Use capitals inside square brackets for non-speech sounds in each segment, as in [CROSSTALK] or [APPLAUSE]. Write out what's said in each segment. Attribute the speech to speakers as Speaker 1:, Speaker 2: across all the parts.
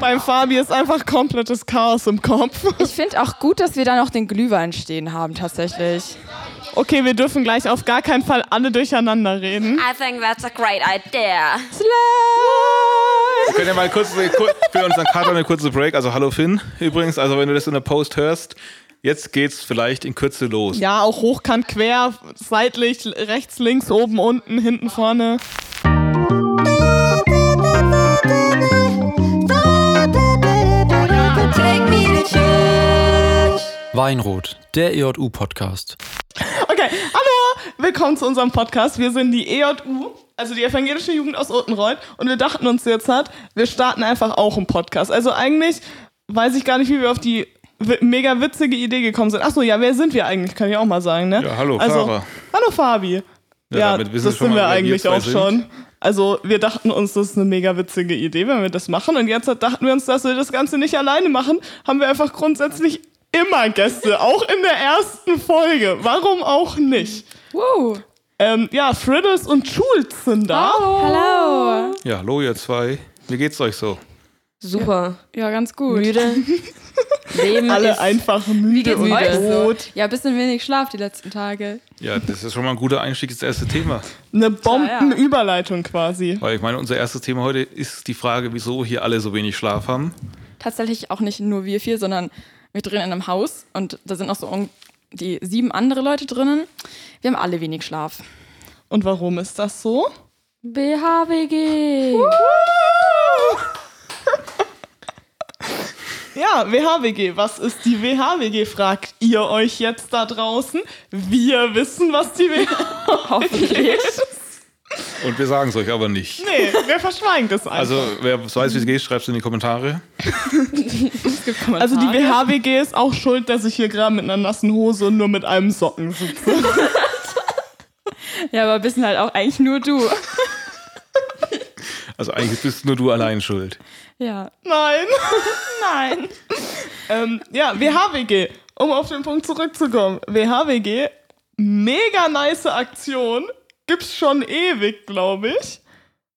Speaker 1: Beim Fabi ist einfach komplettes Chaos im Kopf.
Speaker 2: Ich finde auch gut, dass wir da noch den Glühwein stehen haben, tatsächlich.
Speaker 1: Okay, wir dürfen gleich auf gar keinen Fall alle durcheinander reden.
Speaker 3: I think that's a great idea.
Speaker 4: Können wir mal kurz äh, für unseren Kater eine kurze Break. Also hallo Finn übrigens. Also wenn du das in der Post hörst, jetzt geht's vielleicht in Kürze los.
Speaker 1: Ja, auch hochkant, quer, seitlich, rechts, links, oben, unten, hinten, vorne.
Speaker 5: Weinrot, der E EJU-Podcast.
Speaker 1: Okay, hallo, willkommen zu unserem Podcast. Wir sind die EJU, also die Evangelische Jugend aus Utenreuth. Und wir dachten uns jetzt halt, wir starten einfach auch einen Podcast. Also eigentlich weiß ich gar nicht, wie wir auf die wi- mega witzige Idee gekommen sind. Achso, ja, wer sind wir eigentlich? Kann ich auch mal sagen, ne?
Speaker 4: Ja, hallo,
Speaker 1: also,
Speaker 4: Clara.
Speaker 1: Hallo, Fabi.
Speaker 4: Ja,
Speaker 1: Ja,
Speaker 4: damit wissen
Speaker 1: das
Speaker 4: schon
Speaker 1: sind
Speaker 4: mal,
Speaker 1: wir
Speaker 4: wer wir
Speaker 1: eigentlich
Speaker 4: zwei
Speaker 1: auch
Speaker 4: sind.
Speaker 1: schon. Also wir dachten uns, das ist eine mega witzige Idee, wenn wir das machen. Und jetzt dachten wir uns, dass wir das Ganze nicht alleine machen, haben wir einfach grundsätzlich immer
Speaker 4: [LAUGHS]
Speaker 1: Gäste, auch in der ersten Folge. Warum auch nicht?
Speaker 2: Woo.
Speaker 1: Ähm, ja, Friddles und Schulz sind da.
Speaker 2: Hallo.
Speaker 4: Ja, hallo ihr zwei. Wie geht's euch so?
Speaker 3: Super.
Speaker 2: Ja, ganz gut.
Speaker 3: Müde.
Speaker 2: [LAUGHS]
Speaker 3: Leben
Speaker 1: Alle
Speaker 3: ist
Speaker 1: einfach müde und
Speaker 2: euch so?
Speaker 1: tot.
Speaker 2: Ja, bisschen wenig Schlaf die letzten Tage.
Speaker 4: Ja, das ist schon mal ein guter Einstieg ins erste Thema.
Speaker 1: Eine Bombenüberleitung quasi.
Speaker 4: Weil ich meine, unser erstes Thema heute ist die Frage, wieso hier alle so wenig Schlaf haben.
Speaker 2: Tatsächlich auch nicht nur wir vier, sondern wir drehen in einem Haus und da sind noch so um die sieben andere Leute drinnen. Wir haben alle wenig Schlaf.
Speaker 1: Und warum ist das so?
Speaker 2: BHWG.
Speaker 1: Ja, WHWG. Was ist die WHWG? Fragt ihr euch jetzt da draußen? Wir wissen, was die
Speaker 2: [LAUGHS]
Speaker 1: WHWG [LAUGHS] ist.
Speaker 4: Und wir sagen es euch aber nicht.
Speaker 1: Nee, wir verschweigen das einfach.
Speaker 4: Also
Speaker 1: Also,
Speaker 4: wer weiß, wie es geht, schreibt es in die Kommentare.
Speaker 2: Also
Speaker 1: Also die WHWG ist auch schuld, dass ich hier gerade mit einer nassen Hose und nur mit einem Socken sitze.
Speaker 2: Ja, aber wissen halt auch eigentlich nur du.
Speaker 4: Also eigentlich bist nur du allein schuld.
Speaker 2: Ja.
Speaker 1: Nein. [LAUGHS] Nein. ähm, ja, WHWG. Um auf den Punkt zurückzukommen. WHWG, mega nice Aktion. Gibt's schon ewig, glaube ich.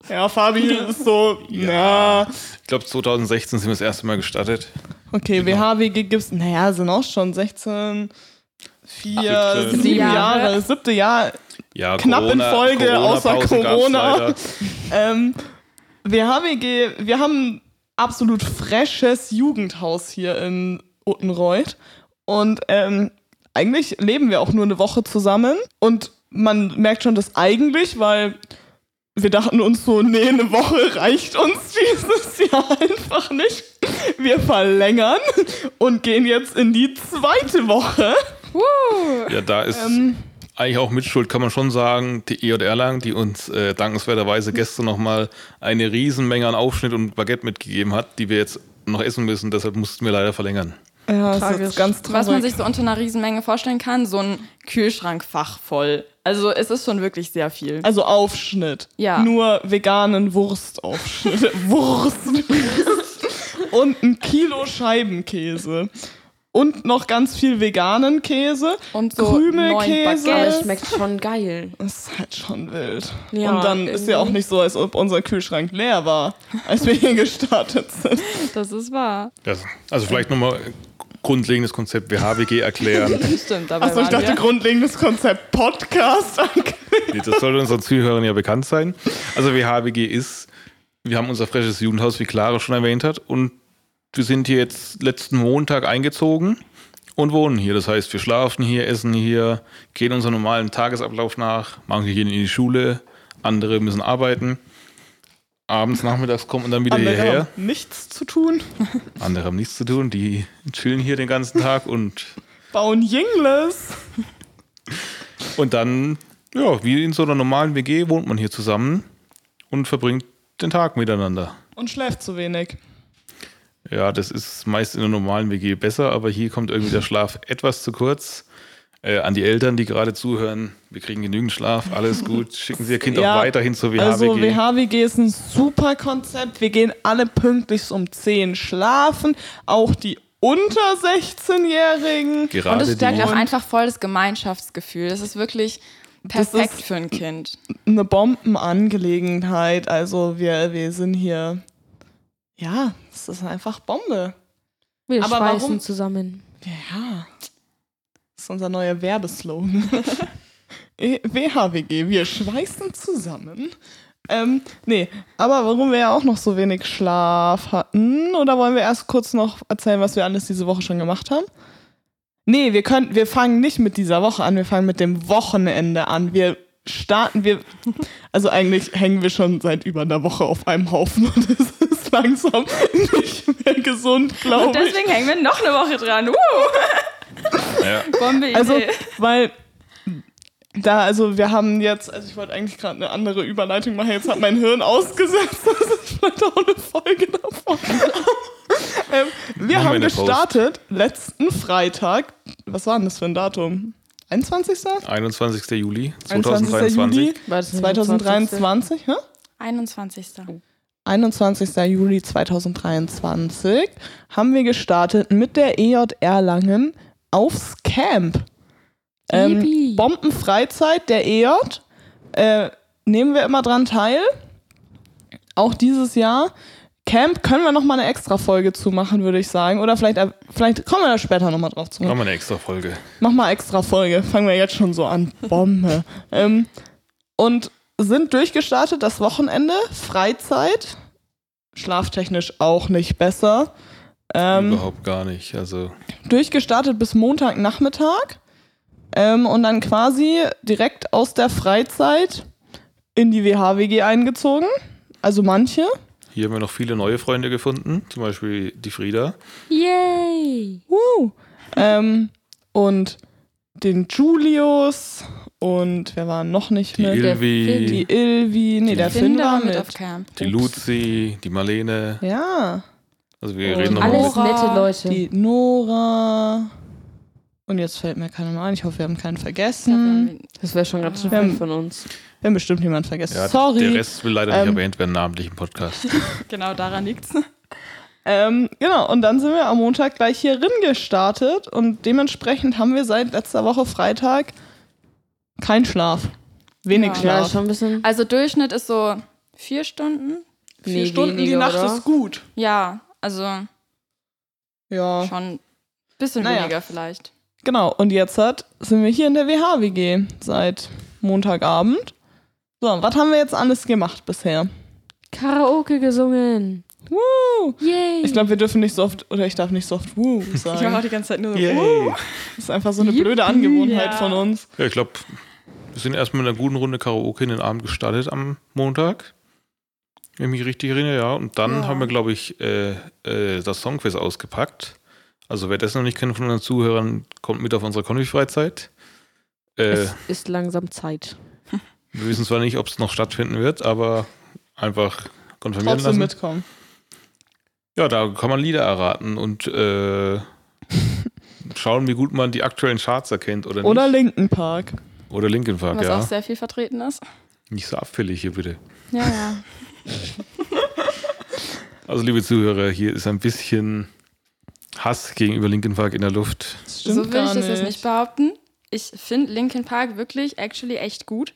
Speaker 1: Ja, Fabi ist so, ja. na.
Speaker 4: Ich glaube 2016 sind wir das erste Mal gestartet.
Speaker 1: Okay, WHWG gibt's, naja, sind auch schon 16, 4,
Speaker 4: Siebte.
Speaker 1: 7
Speaker 2: Siebte
Speaker 1: Jahre.
Speaker 2: Jahre.
Speaker 1: siebte Jahr.
Speaker 4: Ja,
Speaker 1: Knapp in Folge, außer
Speaker 4: Corona-Pausen gab's
Speaker 1: Corona.
Speaker 4: leider.
Speaker 1: Ähm, WHWG, wir haben ein absolut freshes Jugendhaus hier in Uttenreuth. Und ähm, eigentlich leben wir auch nur eine Woche zusammen. Und man merkt schon das eigentlich, weil wir dachten uns so, nee, eine Woche reicht uns [LAUGHS] dieses Jahr einfach nicht. Wir verlängern und gehen jetzt in die zweite Woche.
Speaker 4: Ja, da ist eigentlich auch Mitschuld, kann man schon sagen, die E und Erlangen, die uns äh, dankenswerterweise gestern nochmal eine Riesenmenge an Aufschnitt und Baguette mitgegeben hat, die wir jetzt noch essen müssen. Deshalb mussten wir leider verlängern.
Speaker 1: Ja, das ist ganz traurig.
Speaker 2: Was man sich so unter einer Riesenmenge vorstellen kann, so ein Kühlschrankfach voll. Also es ist schon wirklich sehr viel.
Speaker 1: Also Aufschnitt.
Speaker 2: Ja.
Speaker 1: Nur veganen
Speaker 2: [LAUGHS]
Speaker 1: Wurstaufschnitt. Wurst. Und ein Kilo Scheibenkäse. Und noch ganz viel veganen Käse.
Speaker 2: Und so
Speaker 1: Krümelkäse.
Speaker 2: neun
Speaker 3: Aber
Speaker 2: Baguettes.
Speaker 3: es schmeckt schon geil.
Speaker 1: Das ist halt schon wild.
Speaker 3: Ja,
Speaker 1: Und dann ist ja auch nicht so, als ob unser Kühlschrank leer war, als wir hier gestartet sind.
Speaker 2: Das ist wahr.
Speaker 4: Ja, also vielleicht nochmal grundlegendes Konzept WHWG [LAUGHS] erklären.
Speaker 2: Stimmt, aber
Speaker 1: Achso, Also ich dachte, grundlegendes Konzept Podcast.
Speaker 4: Nee, das sollte unseren Zuhörern ja bekannt sein. Also WHWG ist, wir haben unser frisches Jugendhaus, wie Clara schon erwähnt hat, und wir sind hier jetzt letzten Montag eingezogen und wohnen hier. Das heißt, wir schlafen hier, essen hier, gehen unserem normalen Tagesablauf nach. Manche gehen in die Schule, andere müssen arbeiten. Abends, nachmittags kommen und dann wieder hierher.
Speaker 1: haben nichts zu tun.
Speaker 4: Andere haben nichts zu tun, die chillen hier den ganzen Tag und,
Speaker 1: Bauen Jingles.
Speaker 4: und dann, ja, wie in so einer normalen WG wohnt man hier zusammen und verbringt den Tag miteinander.
Speaker 1: Und schläft zu wenig.
Speaker 4: Ja, das ist meist in der normalen WG besser, aber hier kommt irgendwie der Schlaf etwas zu kurz. Äh, an die Eltern, die gerade zuhören, wir kriegen genügend Schlaf, alles gut. Schicken Sie Ihr Kind
Speaker 1: Ja,
Speaker 4: auch weiterhin zur WHWG.
Speaker 1: Also WHWG ist ein super Konzept. Wir gehen alle pünktlich um 10 schlafen. Auch die unter 16-Jährigen.
Speaker 2: Und
Speaker 4: gerade
Speaker 2: es stärkt
Speaker 4: die,
Speaker 2: auch einfach voll das Gemeinschaftsgefühl. Das ist wirklich perfekt
Speaker 1: ist-
Speaker 2: für ein Kind.
Speaker 1: Eine Bombenangelegenheit. Also wir, wir sind hier Ja, das ist einfach Bombe.
Speaker 3: Wir
Speaker 1: Aber
Speaker 3: schweißen
Speaker 1: warum-
Speaker 3: zusammen.
Speaker 1: Ja. Das ist unser neuer Werbeslogan. [LAUGHS] E- WHWG, wir schweißen zusammen. Ähm, nee, aber warum wir ja auch noch so wenig Schlaf hatten, oder wollen wir erst kurz noch erzählen, was wir alles diese Woche schon gemacht haben? Nee, wir können, wir fangen nicht mit dieser Woche an, wir fangen mit dem Wochenende an. Wir starten, wir, [LAUGHS] also eigentlich hängen wir schon seit über einer Woche auf einem Haufen [LAUGHS] und es ist langsam [LAUGHS] nicht mehr gesund, glaube ich.
Speaker 2: Und deswegen hängen wir noch eine Woche dran. Uh,
Speaker 4: Ja.
Speaker 2: Bombe
Speaker 1: Also,
Speaker 2: [LAUGHS] Idee.
Speaker 1: weil da, also wir haben jetzt, also ich wollte eigentlich gerade eine andere Überleitung machen, jetzt hat mein Hirn ausgesetzt, [LAUGHS] das ist vielleicht auch eine Folge davon. [LAUGHS] ähm, wir
Speaker 4: Machen wir
Speaker 1: haben
Speaker 4: eine Post.
Speaker 1: gestartet letzten Freitag, was war denn das für ein Datum? 21.
Speaker 4: 21. Juli
Speaker 1: 21.
Speaker 4: 2023.
Speaker 1: Juli
Speaker 3: War das nicht der
Speaker 1: 2023, hä?
Speaker 2: 21.
Speaker 1: 21. Juli 2023 haben wir gestartet mit der EJ Erlangen aufs Camp. Ähm,
Speaker 3: Yippie.
Speaker 1: Bombenfreizeit der EJ. Äh, nehmen wir immer dran teil. Auch dieses Jahr. Camp können wir nochmal eine extra Folge zu machen, würde ich sagen. Oder vielleicht, äh, vielleicht kommen wir da später nochmal drauf zu.
Speaker 4: Machen wir eine extra Folge.
Speaker 1: Mach mal extra Folge. Fangen wir jetzt schon so an.
Speaker 4: [LAUGHS]
Speaker 1: Bombe. ähm, und sind durchgestartet das Wochenende. Freizeit. Schlaftechnisch auch nicht besser. Ähm,
Speaker 4: Überhaupt gar nicht. Also
Speaker 1: durchgestartet bis Montagnachmittag. Ähm, und dann quasi direkt aus der Freizeit in die WHWG eingezogen. Also manche.
Speaker 4: hier haben wir noch viele neue Freunde gefunden, zum Beispiel die Frieda.
Speaker 3: Yay!
Speaker 1: Woo. ähm, und den Julius. Und wer war noch nicht
Speaker 4: Die
Speaker 1: mit? Die
Speaker 4: Ilvi, die,
Speaker 1: Ilvi, nee, der Finn war
Speaker 2: mit
Speaker 1: mit.
Speaker 2: auf Camp.
Speaker 4: Luzi, die Marlene.
Speaker 1: Ja,
Speaker 4: Also wir
Speaker 2: Und
Speaker 4: reden nochmal
Speaker 3: Alles
Speaker 4: mit.
Speaker 2: Nora.
Speaker 3: nette Leute.
Speaker 1: die Nora. Und jetzt fällt mir keiner mehr ein. Ich hoffe, wir haben keinen vergessen.
Speaker 2: Mhm.
Speaker 3: Das wäre schon ganz schön
Speaker 1: Wir
Speaker 3: viel
Speaker 1: haben-
Speaker 3: von uns.
Speaker 1: Wir haben bestimmt jemanden vergessen.
Speaker 4: Ja, Der
Speaker 1: Sorry.
Speaker 4: Rest will leider
Speaker 1: Ähm.
Speaker 4: nicht erwähnt werden, namentlich im Podcast.
Speaker 2: Genau, daran liegt's.
Speaker 1: Ähm, genau, und dann sind wir am Montag gleich hier rin gestartet. Und dementsprechend haben wir seit letzter Woche Freitag keinen Schlaf. Wenig
Speaker 2: Ja.
Speaker 3: Ja,
Speaker 1: Schlaf.
Speaker 3: schon ein bisschen.
Speaker 2: Also Durchschnitt ist so vier Stunden.
Speaker 1: Vier Stunden die
Speaker 3: weniger,
Speaker 1: Nacht
Speaker 3: oder?
Speaker 1: ist gut.
Speaker 2: Ja, also
Speaker 1: Ja.
Speaker 2: schon ein bisschen
Speaker 1: Naja.
Speaker 2: weniger vielleicht.
Speaker 1: Genau, und jetzt hat, sind wir hier in der WHWG seit Montagabend. So, was haben wir jetzt alles gemacht bisher?
Speaker 3: Karaoke gesungen.
Speaker 1: Woo!
Speaker 3: Yay!
Speaker 1: Ich glaube, wir dürfen nicht so oft, oder ich darf nicht so oft
Speaker 2: [LAUGHS]
Speaker 1: Woo sagen.
Speaker 2: die ganze Zeit nur uh.
Speaker 1: Das ist einfach so eine blöde Angewohnheit
Speaker 2: Ja.
Speaker 1: von uns.
Speaker 4: Ja, ich glaube, wir sind erstmal in einer guten Runde Karaoke in den Abend gestartet am Montag. Wenn ich mich richtig erinnere, ja. Und dann haben wir, glaube ich, äh, äh, das Songquiz ausgepackt. Also wer das noch nicht kennt von unseren Zuhörern, kommt mit auf unsere Konfi-Freizeit. Äh,
Speaker 3: es ist langsam Zeit.
Speaker 4: wir wissen zwar nicht, ob es noch stattfinden wird, aber einfach konfirmieren
Speaker 1: Trotzdem
Speaker 4: lassen.
Speaker 1: mitkommen.
Speaker 4: Ja, da kann man Lieder erraten und äh, schauen, wie gut man die aktuellen Charts erkennt oder,
Speaker 1: Oder Linken Park.
Speaker 4: nicht. Oder Linkin Park,
Speaker 2: Was auch
Speaker 4: ja.
Speaker 2: sehr viel vertreten ist.
Speaker 4: Nicht so abfällig hier bitte.
Speaker 2: Ja, ja.
Speaker 4: Also, liebe Zuhörer, hier ist ein bisschen Hass gegenüber Linkin Park in der Luft.
Speaker 1: Das stimmt
Speaker 2: so will
Speaker 1: gar
Speaker 2: ich das jetzt nicht behaupten. Ich finde Linkin Park wirklich, actually echt gut.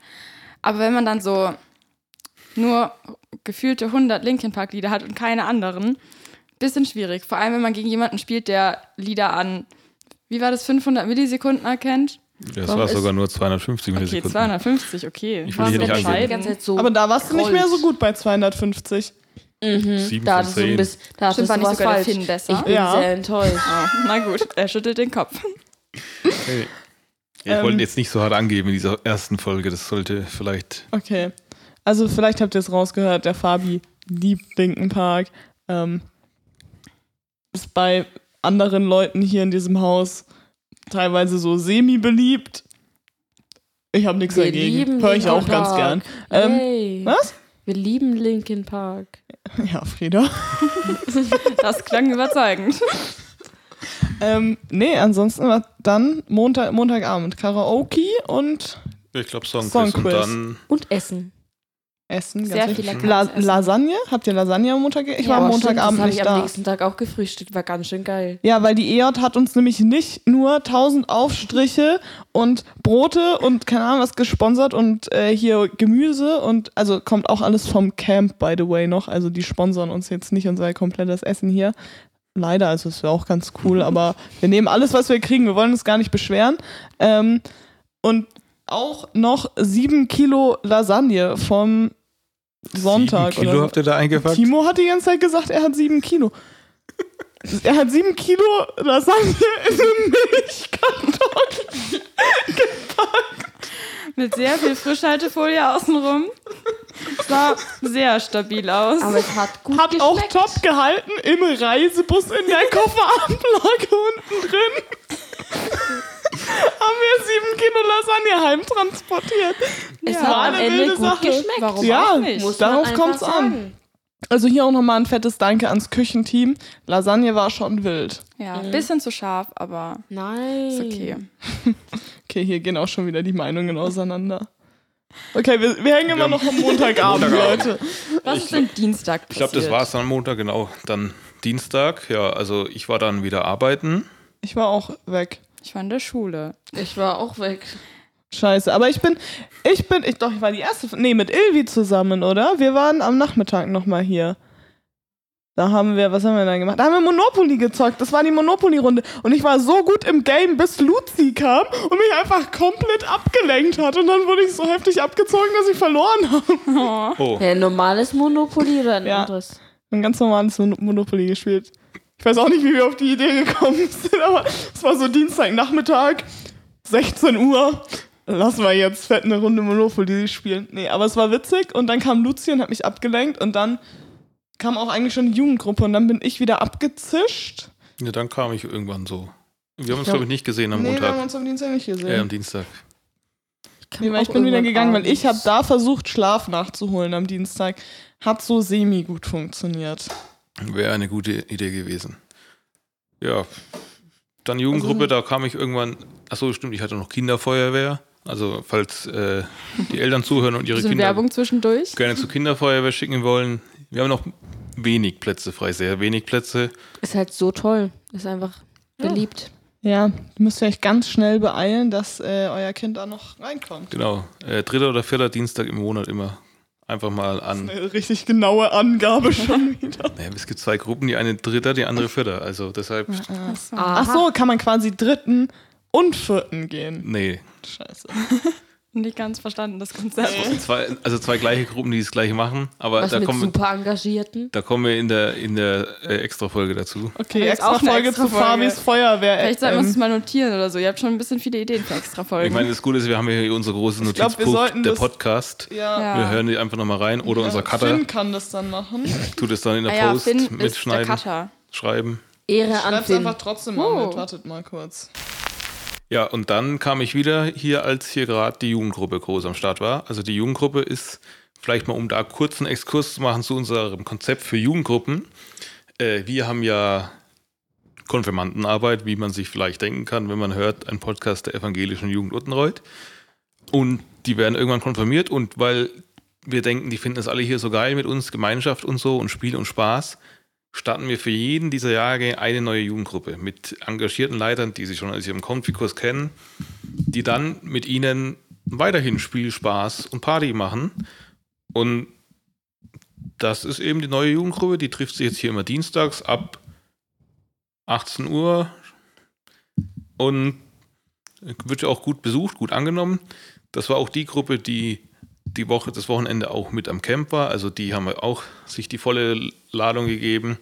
Speaker 2: Aber wenn man dann so nur gefühlte 100 Linkin Park Lieder hat und keine anderen, bisschen schwierig. Vor allem, wenn man gegen jemanden spielt, der Lieder an, wie war das, 500 Millisekunden erkennt?
Speaker 4: Das
Speaker 2: Warum
Speaker 4: war
Speaker 2: ist-
Speaker 4: sogar nur 250
Speaker 2: Okay,
Speaker 4: Millisekunden.
Speaker 2: 250, okay.
Speaker 4: Ich will
Speaker 2: Warum
Speaker 4: hier nicht
Speaker 2: denn
Speaker 4: angeben.
Speaker 2: scheiden?
Speaker 3: Die ganze Zeit so.
Speaker 1: Aber da warst du nicht
Speaker 3: rollt.
Speaker 1: mehr so gut bei 250.
Speaker 4: Sieben
Speaker 3: mhm.
Speaker 4: von
Speaker 3: da hattest du ein
Speaker 4: zehn.
Speaker 3: bisschen. Da hattest
Speaker 2: Stimmt, war
Speaker 3: du
Speaker 2: nicht
Speaker 3: was
Speaker 2: sogar der
Speaker 3: falsch.
Speaker 2: Finn besser?
Speaker 3: Ich bin
Speaker 1: Ja.
Speaker 3: sehr enttäuscht.
Speaker 2: Ah, na gut, er schüttelt den Kopf.
Speaker 4: Hey. Ich
Speaker 1: Ähm.
Speaker 4: wollte jetzt nicht so hart angeben in dieser ersten Folge. Das sollte vielleicht.
Speaker 1: Okay. Also vielleicht habt ihr es rausgehört, der Fabi liebt Linken Park. Ähm, ist bei anderen Leuten hier in diesem Haus teilweise so semi-beliebt. Ich habe nichts
Speaker 3: Wir
Speaker 1: dagegen.
Speaker 3: lieben
Speaker 1: Höre ich
Speaker 3: Linkin
Speaker 1: auch ganz gern.
Speaker 3: Park.
Speaker 1: Ähm,
Speaker 3: Yay.
Speaker 1: was?
Speaker 3: Wir lieben Linkin Park.
Speaker 1: Ja, Frieda.
Speaker 2: Das klang überzeugend.
Speaker 1: Ähm, nee, ansonsten war dann Montag, Montagabend Karaoke und
Speaker 4: Ich glaube, Songquiz.
Speaker 1: Songquiz.
Speaker 4: Und dann
Speaker 3: Und Essen.
Speaker 1: Essen.
Speaker 2: Sehr
Speaker 1: ganz
Speaker 2: viel
Speaker 1: wichtig.
Speaker 2: leckeres
Speaker 1: La
Speaker 2: Essen.
Speaker 1: Lasagne? Habt ihr Lasagne am Montag? ge- Ich
Speaker 3: Ja,
Speaker 1: war am
Speaker 3: boah, stimmt,
Speaker 1: Montagabend
Speaker 3: das hab
Speaker 1: nicht
Speaker 3: ich
Speaker 1: da.
Speaker 3: am nächsten Tag auch gefrühstückt, war ganz schön geil.
Speaker 1: Ja, weil die EJ hat uns nämlich nicht nur 1000 Aufstriche und Brote und keine Ahnung was gesponsert und äh, hier Gemüse und also kommt auch alles vom Camp, by the way, noch. Also die sponsern uns jetzt nicht unser komplettes Essen hier. Leider, also es wäre auch ganz
Speaker 4: [LAUGHS]
Speaker 1: cool, aber wir nehmen alles, was wir kriegen. Wir wollen uns gar nicht beschweren. Ähm, und auch noch sieben Kilo Lasagne vom Sonntag.
Speaker 4: Sieben Kilo
Speaker 1: oder so.
Speaker 4: habt ihr da eingepackt?
Speaker 1: Timo hat die ganze Zeit gesagt, er hat sieben Kilo. Er hat sieben Kilo Lasagne in einem Milchkarton.
Speaker 2: Mit sehr viel Frischhaltefolie außenrum. Sah sehr stabil aus.
Speaker 3: Aber es hat gut
Speaker 1: Hat
Speaker 3: geschmeckt.
Speaker 1: auch top gehalten im Reisebus in der Kofferablage unten drin. Haben wir sieben Kilo Lasagne heimtransportiert.
Speaker 3: es
Speaker 1: Ja.
Speaker 3: hat
Speaker 1: War
Speaker 3: am
Speaker 1: eine
Speaker 3: Ende
Speaker 1: wilde
Speaker 3: gut
Speaker 1: Sache.
Speaker 3: geschmeckt. Warum
Speaker 1: Ja,
Speaker 2: auch nicht?
Speaker 3: Muss man
Speaker 1: darauf
Speaker 3: einfach
Speaker 1: kommt es an.
Speaker 3: sagen.
Speaker 1: Also hier auch nochmal ein fettes Danke ans Küchenteam. Lasagne war schon wild.
Speaker 2: Ja, ein bisschen zu scharf, aber
Speaker 3: Nein.
Speaker 2: ist okay.
Speaker 1: Okay, hier gehen auch schon wieder die Meinungen auseinander. Okay, wir, wir hängen immer
Speaker 4: haben-
Speaker 1: noch am Montagabend,
Speaker 4: Montagabend.
Speaker 1: Leute.
Speaker 2: Was ist denn Dienstag passiert?
Speaker 4: Ich glaube, das war es dann am Montag, genau. Dann Dienstag, ja, also ich war dann wieder arbeiten.
Speaker 1: Ich war auch weg.
Speaker 2: Ich war in der Schule.
Speaker 3: Ich war auch weg.
Speaker 1: Scheiße, aber ich bin, ich bin, ich doch, ich war die erste, nee, mit Ilvi zusammen, oder? Wir waren am Nachmittag nochmal hier. Da haben wir, was haben wir da gemacht? Da haben wir Monopoly gezockt, das war die Monopoly-Runde. Und ich war so gut im Game, bis Luzi kam und mich einfach komplett abgelenkt hat. Und dann wurde ich so heftig abgezogen, dass ich verloren habe.
Speaker 4: Oh,
Speaker 3: Ja, ein normales Monopoly oder ein
Speaker 1: Ja.
Speaker 3: anderes?
Speaker 1: Ein ganz normales Mon- Monopoly gespielt. Ich weiß auch nicht, wie wir auf die Idee gekommen [LAUGHS] sind, aber es war so Dienstagnachmittag, 16 Uhr. Lass mal jetzt fett eine Runde Monopoly spielen. Nee, aber es war witzig und dann kam Luzi und hat mich abgelenkt und dann kam auch eigentlich schon die Jugendgruppe und dann bin ich wieder abgezischt.
Speaker 4: ja, dann kam ich irgendwann so. Wir haben uns,
Speaker 1: glaub-
Speaker 4: glaube ich, nicht gesehen am
Speaker 1: nee, wir haben
Speaker 4: Montag.
Speaker 1: uns am Dienstag nicht gesehen.
Speaker 4: Äh, am Dienstag.
Speaker 1: Nee, weil ich
Speaker 3: auch
Speaker 1: bin wieder
Speaker 3: irgendwann
Speaker 1: gegangen, weil ich habe
Speaker 3: abends.
Speaker 1: da versucht, Schlaf nachzuholen am Dienstag. Hat so semi gut funktioniert.
Speaker 4: Wäre eine gute Idee gewesen. Ja, dann Jugendgruppe,
Speaker 1: Also-
Speaker 4: da kam ich irgendwann. Achso, stimmt, ich hatte noch Kinderfeuerwehr. Also, falls äh, die Eltern zuhören und ihre
Speaker 2: So eine
Speaker 4: Kinder
Speaker 2: Werbung zwischendurch.
Speaker 4: gerne zur Kinderfeuerwehr schicken wollen, wir haben noch wenig Plätze frei, sehr wenig Plätze.
Speaker 3: Ist halt so toll. Ist einfach beliebt.
Speaker 1: Ja, müsst ihr euch ganz schnell beeilen, dass äh, euer Kind da noch reinkommt.
Speaker 4: Genau, äh, dritter oder vierter Dienstag im Monat immer. Einfach mal an.
Speaker 1: Eine richtig genaue Angabe schon wieder.
Speaker 4: Naja, es gibt zwei Gruppen, die eine dritter, die andere vierter. Also deshalb,
Speaker 1: [LAUGHS] Ach so, kann man quasi dritten und vierten gehen.
Speaker 4: nee.
Speaker 1: Scheiße.
Speaker 2: Nicht ganz verstanden, das Konzept.
Speaker 4: Zwei, also zwei gleiche Gruppen, die das gleiche machen. Aber
Speaker 3: Was
Speaker 4: da
Speaker 3: mit
Speaker 4: kommen,
Speaker 3: super Engagierten.
Speaker 4: da kommen wir in der, in der äh, Extra-Folge dazu.
Speaker 1: Okay,
Speaker 2: Jetzt
Speaker 1: extra
Speaker 2: auch eine
Speaker 1: Folge
Speaker 2: extra
Speaker 1: zu
Speaker 2: Folge.
Speaker 1: Fabis Feuerwehr.
Speaker 2: Vielleicht sollten wir
Speaker 1: ähm,
Speaker 2: uns das mal notieren oder so. Ihr habt schon ein bisschen viele Ideen für extra Folgen.
Speaker 4: Ich meine, das Gute ist, wir haben hier unsere große
Speaker 1: Ich glaub, wir
Speaker 4: Notizbuch,
Speaker 1: sollten
Speaker 4: der
Speaker 1: das-
Speaker 4: Podcast.
Speaker 1: ja.
Speaker 2: Ja.
Speaker 4: Wir hören die einfach nochmal rein. Oder unser Cutter
Speaker 1: Finn kann das dann machen.
Speaker 4: tut es dann in der
Speaker 2: ah, ja,
Speaker 4: Post
Speaker 2: Finn ist der
Speaker 4: mitschneiden,
Speaker 2: Cutter.
Speaker 4: schreiben.
Speaker 3: Ehre an
Speaker 1: Schreib's
Speaker 3: Finn.
Speaker 1: einfach trotzdem mal
Speaker 2: Oh.
Speaker 1: mit. Wartet mal kurz.
Speaker 4: Ja, und dann kam ich wieder hier, als hier gerade die Jugendgruppe groß am Start war. Also die Jugendgruppe ist, vielleicht mal um da kurz einen Exkurs zu machen zu unserem Konzept für Jugendgruppen. Äh, wir haben ja Konfirmandenarbeit, wie man sich vielleicht denken kann, wenn man hört, ein Podcast der evangelischen Jugend Uttenreuth. Und die werden irgendwann konfirmiert und weil wir denken, die finden es alle hier so geil mit uns, Gemeinschaft und so und Spiel und Spaß, starten wir für jeden dieser Jahre eine neue Jugendgruppe mit engagierten Leitern, die sie schon aus ihrem Konfikurs kennen, die dann mit ihnen weiterhin Spiel, Spaß und Party machen. Und das ist eben die neue Jugendgruppe, die trifft sich jetzt hier immer dienstags ab 18 Uhr und wird ja auch gut besucht, gut angenommen. Das war auch die Gruppe, die die Woche, das Wochenende auch mit am Camp war. Also die haben auch sich die volle Ladung gegeben.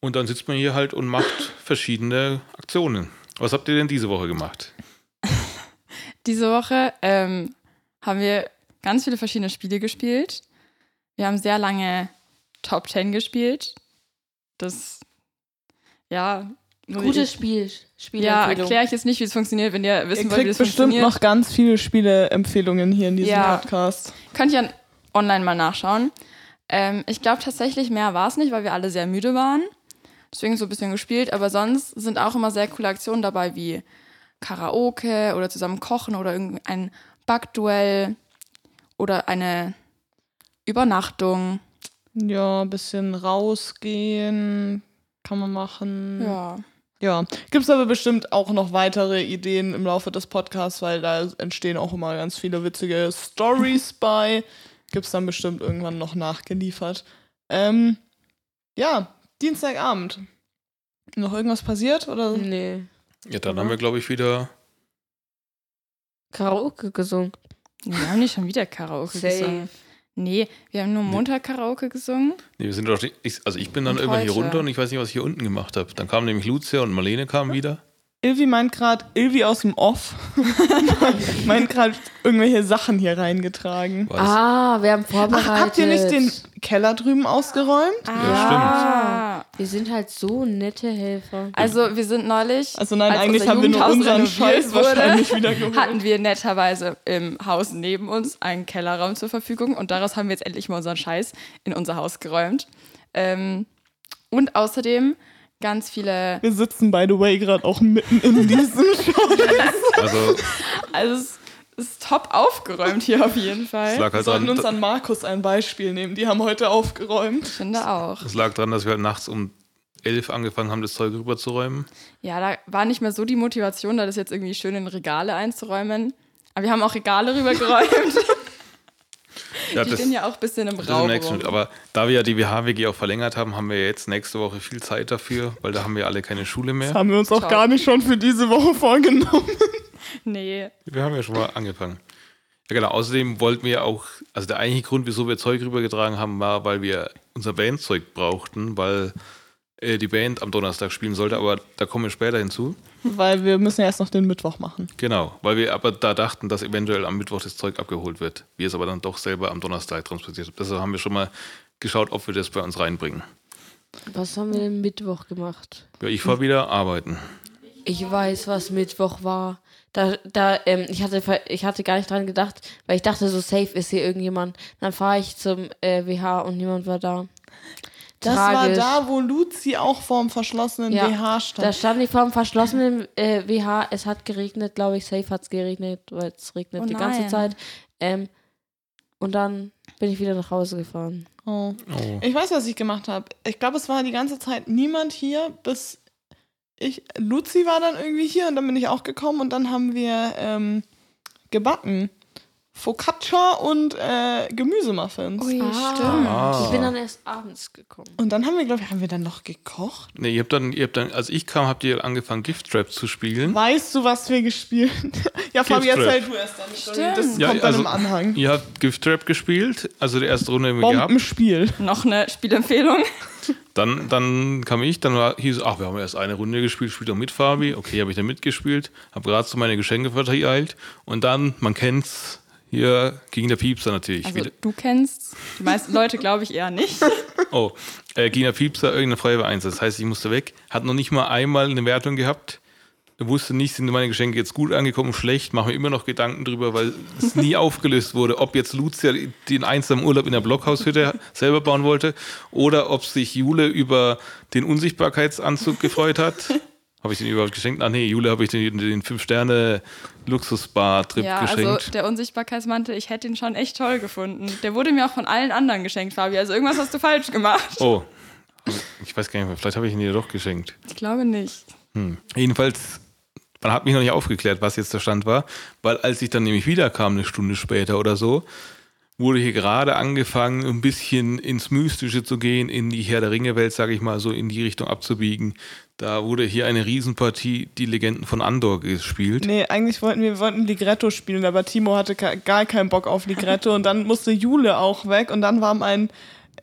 Speaker 4: Und dann sitzt man hier halt und macht verschiedene Aktionen. Was habt ihr denn diese Woche gemacht?
Speaker 2: Diese Woche ähm, haben wir ganz viele verschiedene Spiele gespielt. Wir haben sehr lange Top Ten gespielt. Das, ja. muss
Speaker 3: Gutes
Speaker 2: ich,
Speaker 3: Spiel.
Speaker 2: Ja,
Speaker 3: Spielempfehlung.
Speaker 2: erkläre ich jetzt nicht, wie es funktioniert, wenn ihr
Speaker 1: Ihr
Speaker 2: wissen wollt, wie
Speaker 1: kriegt
Speaker 2: es
Speaker 1: bestimmt
Speaker 2: funktioniert.
Speaker 1: noch ganz viele Spieleempfehlungen hier in diesem
Speaker 2: Ja.
Speaker 1: Podcast.
Speaker 2: Könnt ihr online mal nachschauen. Ähm, ich glaube tatsächlich, mehr war es nicht, weil wir alle sehr müde waren. Deswegen so ein bisschen gespielt. Aber sonst sind auch immer sehr coole Aktionen dabei, wie Karaoke oder zusammen kochen oder irgendein Backduell oder eine Übernachtung.
Speaker 1: Ja, ein bisschen rausgehen kann man machen.
Speaker 2: Ja.
Speaker 1: Ja, gibt es aber bestimmt auch noch weitere Ideen im Laufe des Podcasts, weil da entstehen auch immer ganz viele witzige Stories [LAUGHS] bei. Gibt es dann bestimmt irgendwann noch nachgeliefert. Ähm, ja, Dienstagabend. Noch irgendwas passiert? Oder?
Speaker 3: Nee.
Speaker 4: Ja, dann haben wir, glaube ich, wieder.
Speaker 3: Karaoke gesungen.
Speaker 2: Nee, Wir haben nicht schon wieder Karaoke
Speaker 3: Safe.
Speaker 2: gesungen. Nee, wir haben nur Montag Karaoke gesungen.
Speaker 4: Nee, wir sind doch. Ich, also, ich bin dann
Speaker 2: Und
Speaker 4: irgendwann hier
Speaker 2: heute.
Speaker 4: runter und ich weiß nicht, was ich hier unten gemacht habe. Dann kamen nämlich Lucia und Marlene
Speaker 2: [LAUGHS]
Speaker 4: kamen wieder.
Speaker 1: Ilvi meint gerade, Ilvi aus dem [LAUGHS] Off meint gerade irgendwelche Sachen hier reingetragen.
Speaker 4: War das-
Speaker 3: Ah, wir haben vorbereitet.
Speaker 1: Ach, habt ihr nicht den Ah. Keller drüben ausgeräumt?
Speaker 2: Ah, ja.
Speaker 3: Wir sind halt so nette Helfer.
Speaker 2: Ah. Also wir sind neulich.
Speaker 1: Also nein,
Speaker 2: als
Speaker 1: eigentlich
Speaker 2: unser
Speaker 1: haben wir nur
Speaker 2: Jugendhaus
Speaker 1: unseren
Speaker 2: renoviert
Speaker 1: Scheiß
Speaker 2: wurde,
Speaker 1: wahrscheinlich wieder geholt.
Speaker 2: [LAUGHS] Hatten wir netterweise im Haus neben uns einen Kellerraum zur Verfügung und daraus haben wir jetzt endlich mal unseren Scheiß in unser Haus geräumt. Ähm, und außerdem ganz viele.
Speaker 1: Wir sitzen, by the way, gerade auch mitten in diesem Scheiß.
Speaker 4: Also,
Speaker 2: Also es ist top aufgeräumt hier auf
Speaker 4: [LAUGHS]
Speaker 2: jeden
Speaker 4: es
Speaker 2: Fall.
Speaker 4: lag
Speaker 1: Wir
Speaker 4: halt
Speaker 1: sollten uns
Speaker 4: dran,
Speaker 1: an [LAUGHS] Markus ein Beispiel nehmen. Die haben heute
Speaker 2: Ich
Speaker 1: aufgeräumt.
Speaker 2: finde auch.
Speaker 4: es lag dran, dass wir halt nachts um elf angefangen haben, das Zeug rüberzuräumen.
Speaker 2: Ja, da war nicht mehr so die Motivation, da das jetzt irgendwie schön in Regale einzuräumen. Aber wir haben auch Regale rübergeräumt.
Speaker 4: [LAUGHS] Ja,
Speaker 2: die
Speaker 4: das,
Speaker 2: stehen ja auch ein bisschen im
Speaker 4: das ist im
Speaker 2: Raum.
Speaker 4: nächsten
Speaker 2: rum.
Speaker 4: Schritt. Aber da wir ja die WHWG auch verlängert haben, haben wir jetzt nächste Woche viel Zeit dafür, weil da haben wir alle keine Schule mehr.
Speaker 1: Haben wir uns auch
Speaker 2: Ciao.
Speaker 1: gar nicht schon für diese Woche vorgenommen.
Speaker 2: Nee.
Speaker 4: Wir haben ja schon mal angefangen. Ja, genau. Außerdem wollten wir auch, also der eigentliche Grund, wieso wir Zeug rübergetragen haben, war, weil wir unser Bandzeug brauchten, weil äh, die Band am Donnerstag spielen sollte, aber da kommen wir später hinzu.
Speaker 1: Weil wir müssen ja erst noch den Mittwoch machen.
Speaker 4: Genau, weil wir aber da dachten, dass eventuell am Mittwoch das Zeug abgeholt wird. Wir es aber dann doch selber am Donnerstag transportiert haben. Deshalb haben wir schon mal geschaut, ob wir das bei uns reinbringen.
Speaker 3: was haben wir denn Mittwoch gemacht?
Speaker 4: Ja, ich fahre wieder arbeiten.
Speaker 3: Ich weiß, was Mittwoch war. Da, da, ähm, ich hatte, ver- ich hatte gar nicht dran gedacht, weil ich dachte, so safe ist hier irgendjemand. Dann fahre ich zum äh, WH und niemand war da.
Speaker 1: Das
Speaker 3: Tragisch.
Speaker 1: war da, wo Luzi auch vorm verschlossenen
Speaker 3: Ja,
Speaker 1: BH
Speaker 3: Da
Speaker 1: stand.
Speaker 3: stand ich vor dem verschlossenen äh, WH. Es hat geregnet, glaube ich. Safe hat es geregnet, weil es regnet
Speaker 2: Oh
Speaker 3: die ganze
Speaker 2: nein.
Speaker 3: Zeit. Ähm, und dann bin ich wieder nach Hause gefahren.
Speaker 1: Oh.
Speaker 4: Oh.
Speaker 1: Ich weiß, was ich gemacht habe. Ich glaube, es war die ganze Zeit niemand hier, bis ich. Luzi war dann irgendwie hier und dann bin ich auch gekommen und dann haben wir ähm, gebacken. Focaccia und äh, Gemüsemuffins.
Speaker 2: Ui,
Speaker 3: Ah.
Speaker 2: stimmt.
Speaker 4: Ah.
Speaker 3: Ich bin dann erst abends gekommen.
Speaker 1: Und dann haben wir, glaube ich, haben wir dann noch gekocht?
Speaker 4: Nee, ihr habt dann, ihr habt dann, als ich kam, habt ihr angefangen, Gift Trap zu spielen.
Speaker 1: Weißt du, was wir gespielt [LAUGHS] Ja, Fabi,
Speaker 4: Giftstrap.
Speaker 1: erzähl du erst dann. Stimmt. Das
Speaker 4: Ja,
Speaker 1: kommt
Speaker 4: also-
Speaker 1: dann im Anhang.
Speaker 4: Ihr habt Gift Trap gespielt, also die erste Runde haben wir gehabt.
Speaker 1: Bombenspiel.
Speaker 2: Noch eine Spielempfehlung.
Speaker 4: Dann, dann kam ich, dann war, hieß, ach, wir haben erst eine Runde gespielt, spielt doch mit Fabi. Okay, habe ich dann mitgespielt, habe gerade so meine Geschenke verteilt und dann, man kennt's, hier ging der Piepser natürlich.
Speaker 2: Also
Speaker 4: wieder.
Speaker 2: du kennst, die meisten Leute glaube ich eher nicht.
Speaker 4: Oh, äh, ging der Piepser irgendeine Feuerwehreinsatz. Das heißt, ich musste weg, hat noch nicht mal einmal eine Wertung gehabt, wusste nicht, sind meine Geschenke jetzt gut angekommen, schlecht, mache mir immer noch Gedanken drüber, weil
Speaker 2: [LAUGHS]
Speaker 4: es nie aufgelöst wurde, ob jetzt Lucia den einsamen Urlaub in der Blockhaushütte selber bauen wollte oder ob sich Jule über den Unsichtbarkeitsanzug gefreut hat. Habe ich den überhaupt geschenkt? Ah nee, Jule habe ich den, den 5-Sterne-Luxusbar-Trip
Speaker 2: Ja,
Speaker 4: geschenkt.
Speaker 2: also der Unsichtbarkeitsmantel, ich hätte ihn schon echt toll gefunden. Der wurde mir auch von allen anderen geschenkt, Fabi. Also irgendwas hast du falsch gemacht.
Speaker 4: oh, ich weiß gar nicht mehr, vielleicht habe ich ihn dir doch geschenkt.
Speaker 2: Ich glaube nicht.
Speaker 4: Jedenfalls, man hat mich noch nicht aufgeklärt, was jetzt der Stand war, weil als ich dann nämlich wiederkam, eine Stunde später oder so, wurde hier gerade angefangen, ein bisschen ins Mystische zu gehen, in die Herr der Ringe-Welt, sage ich mal, so in die Richtung abzubiegen. Da wurde hier eine Riesenpartie Die Legenden von Andor gespielt.
Speaker 1: Nee, eigentlich wollten wir wollten Ligretto spielen, aber Timo hatte ka- gar keinen Bock auf Ligretto und dann musste Jule auch weg und dann war mein,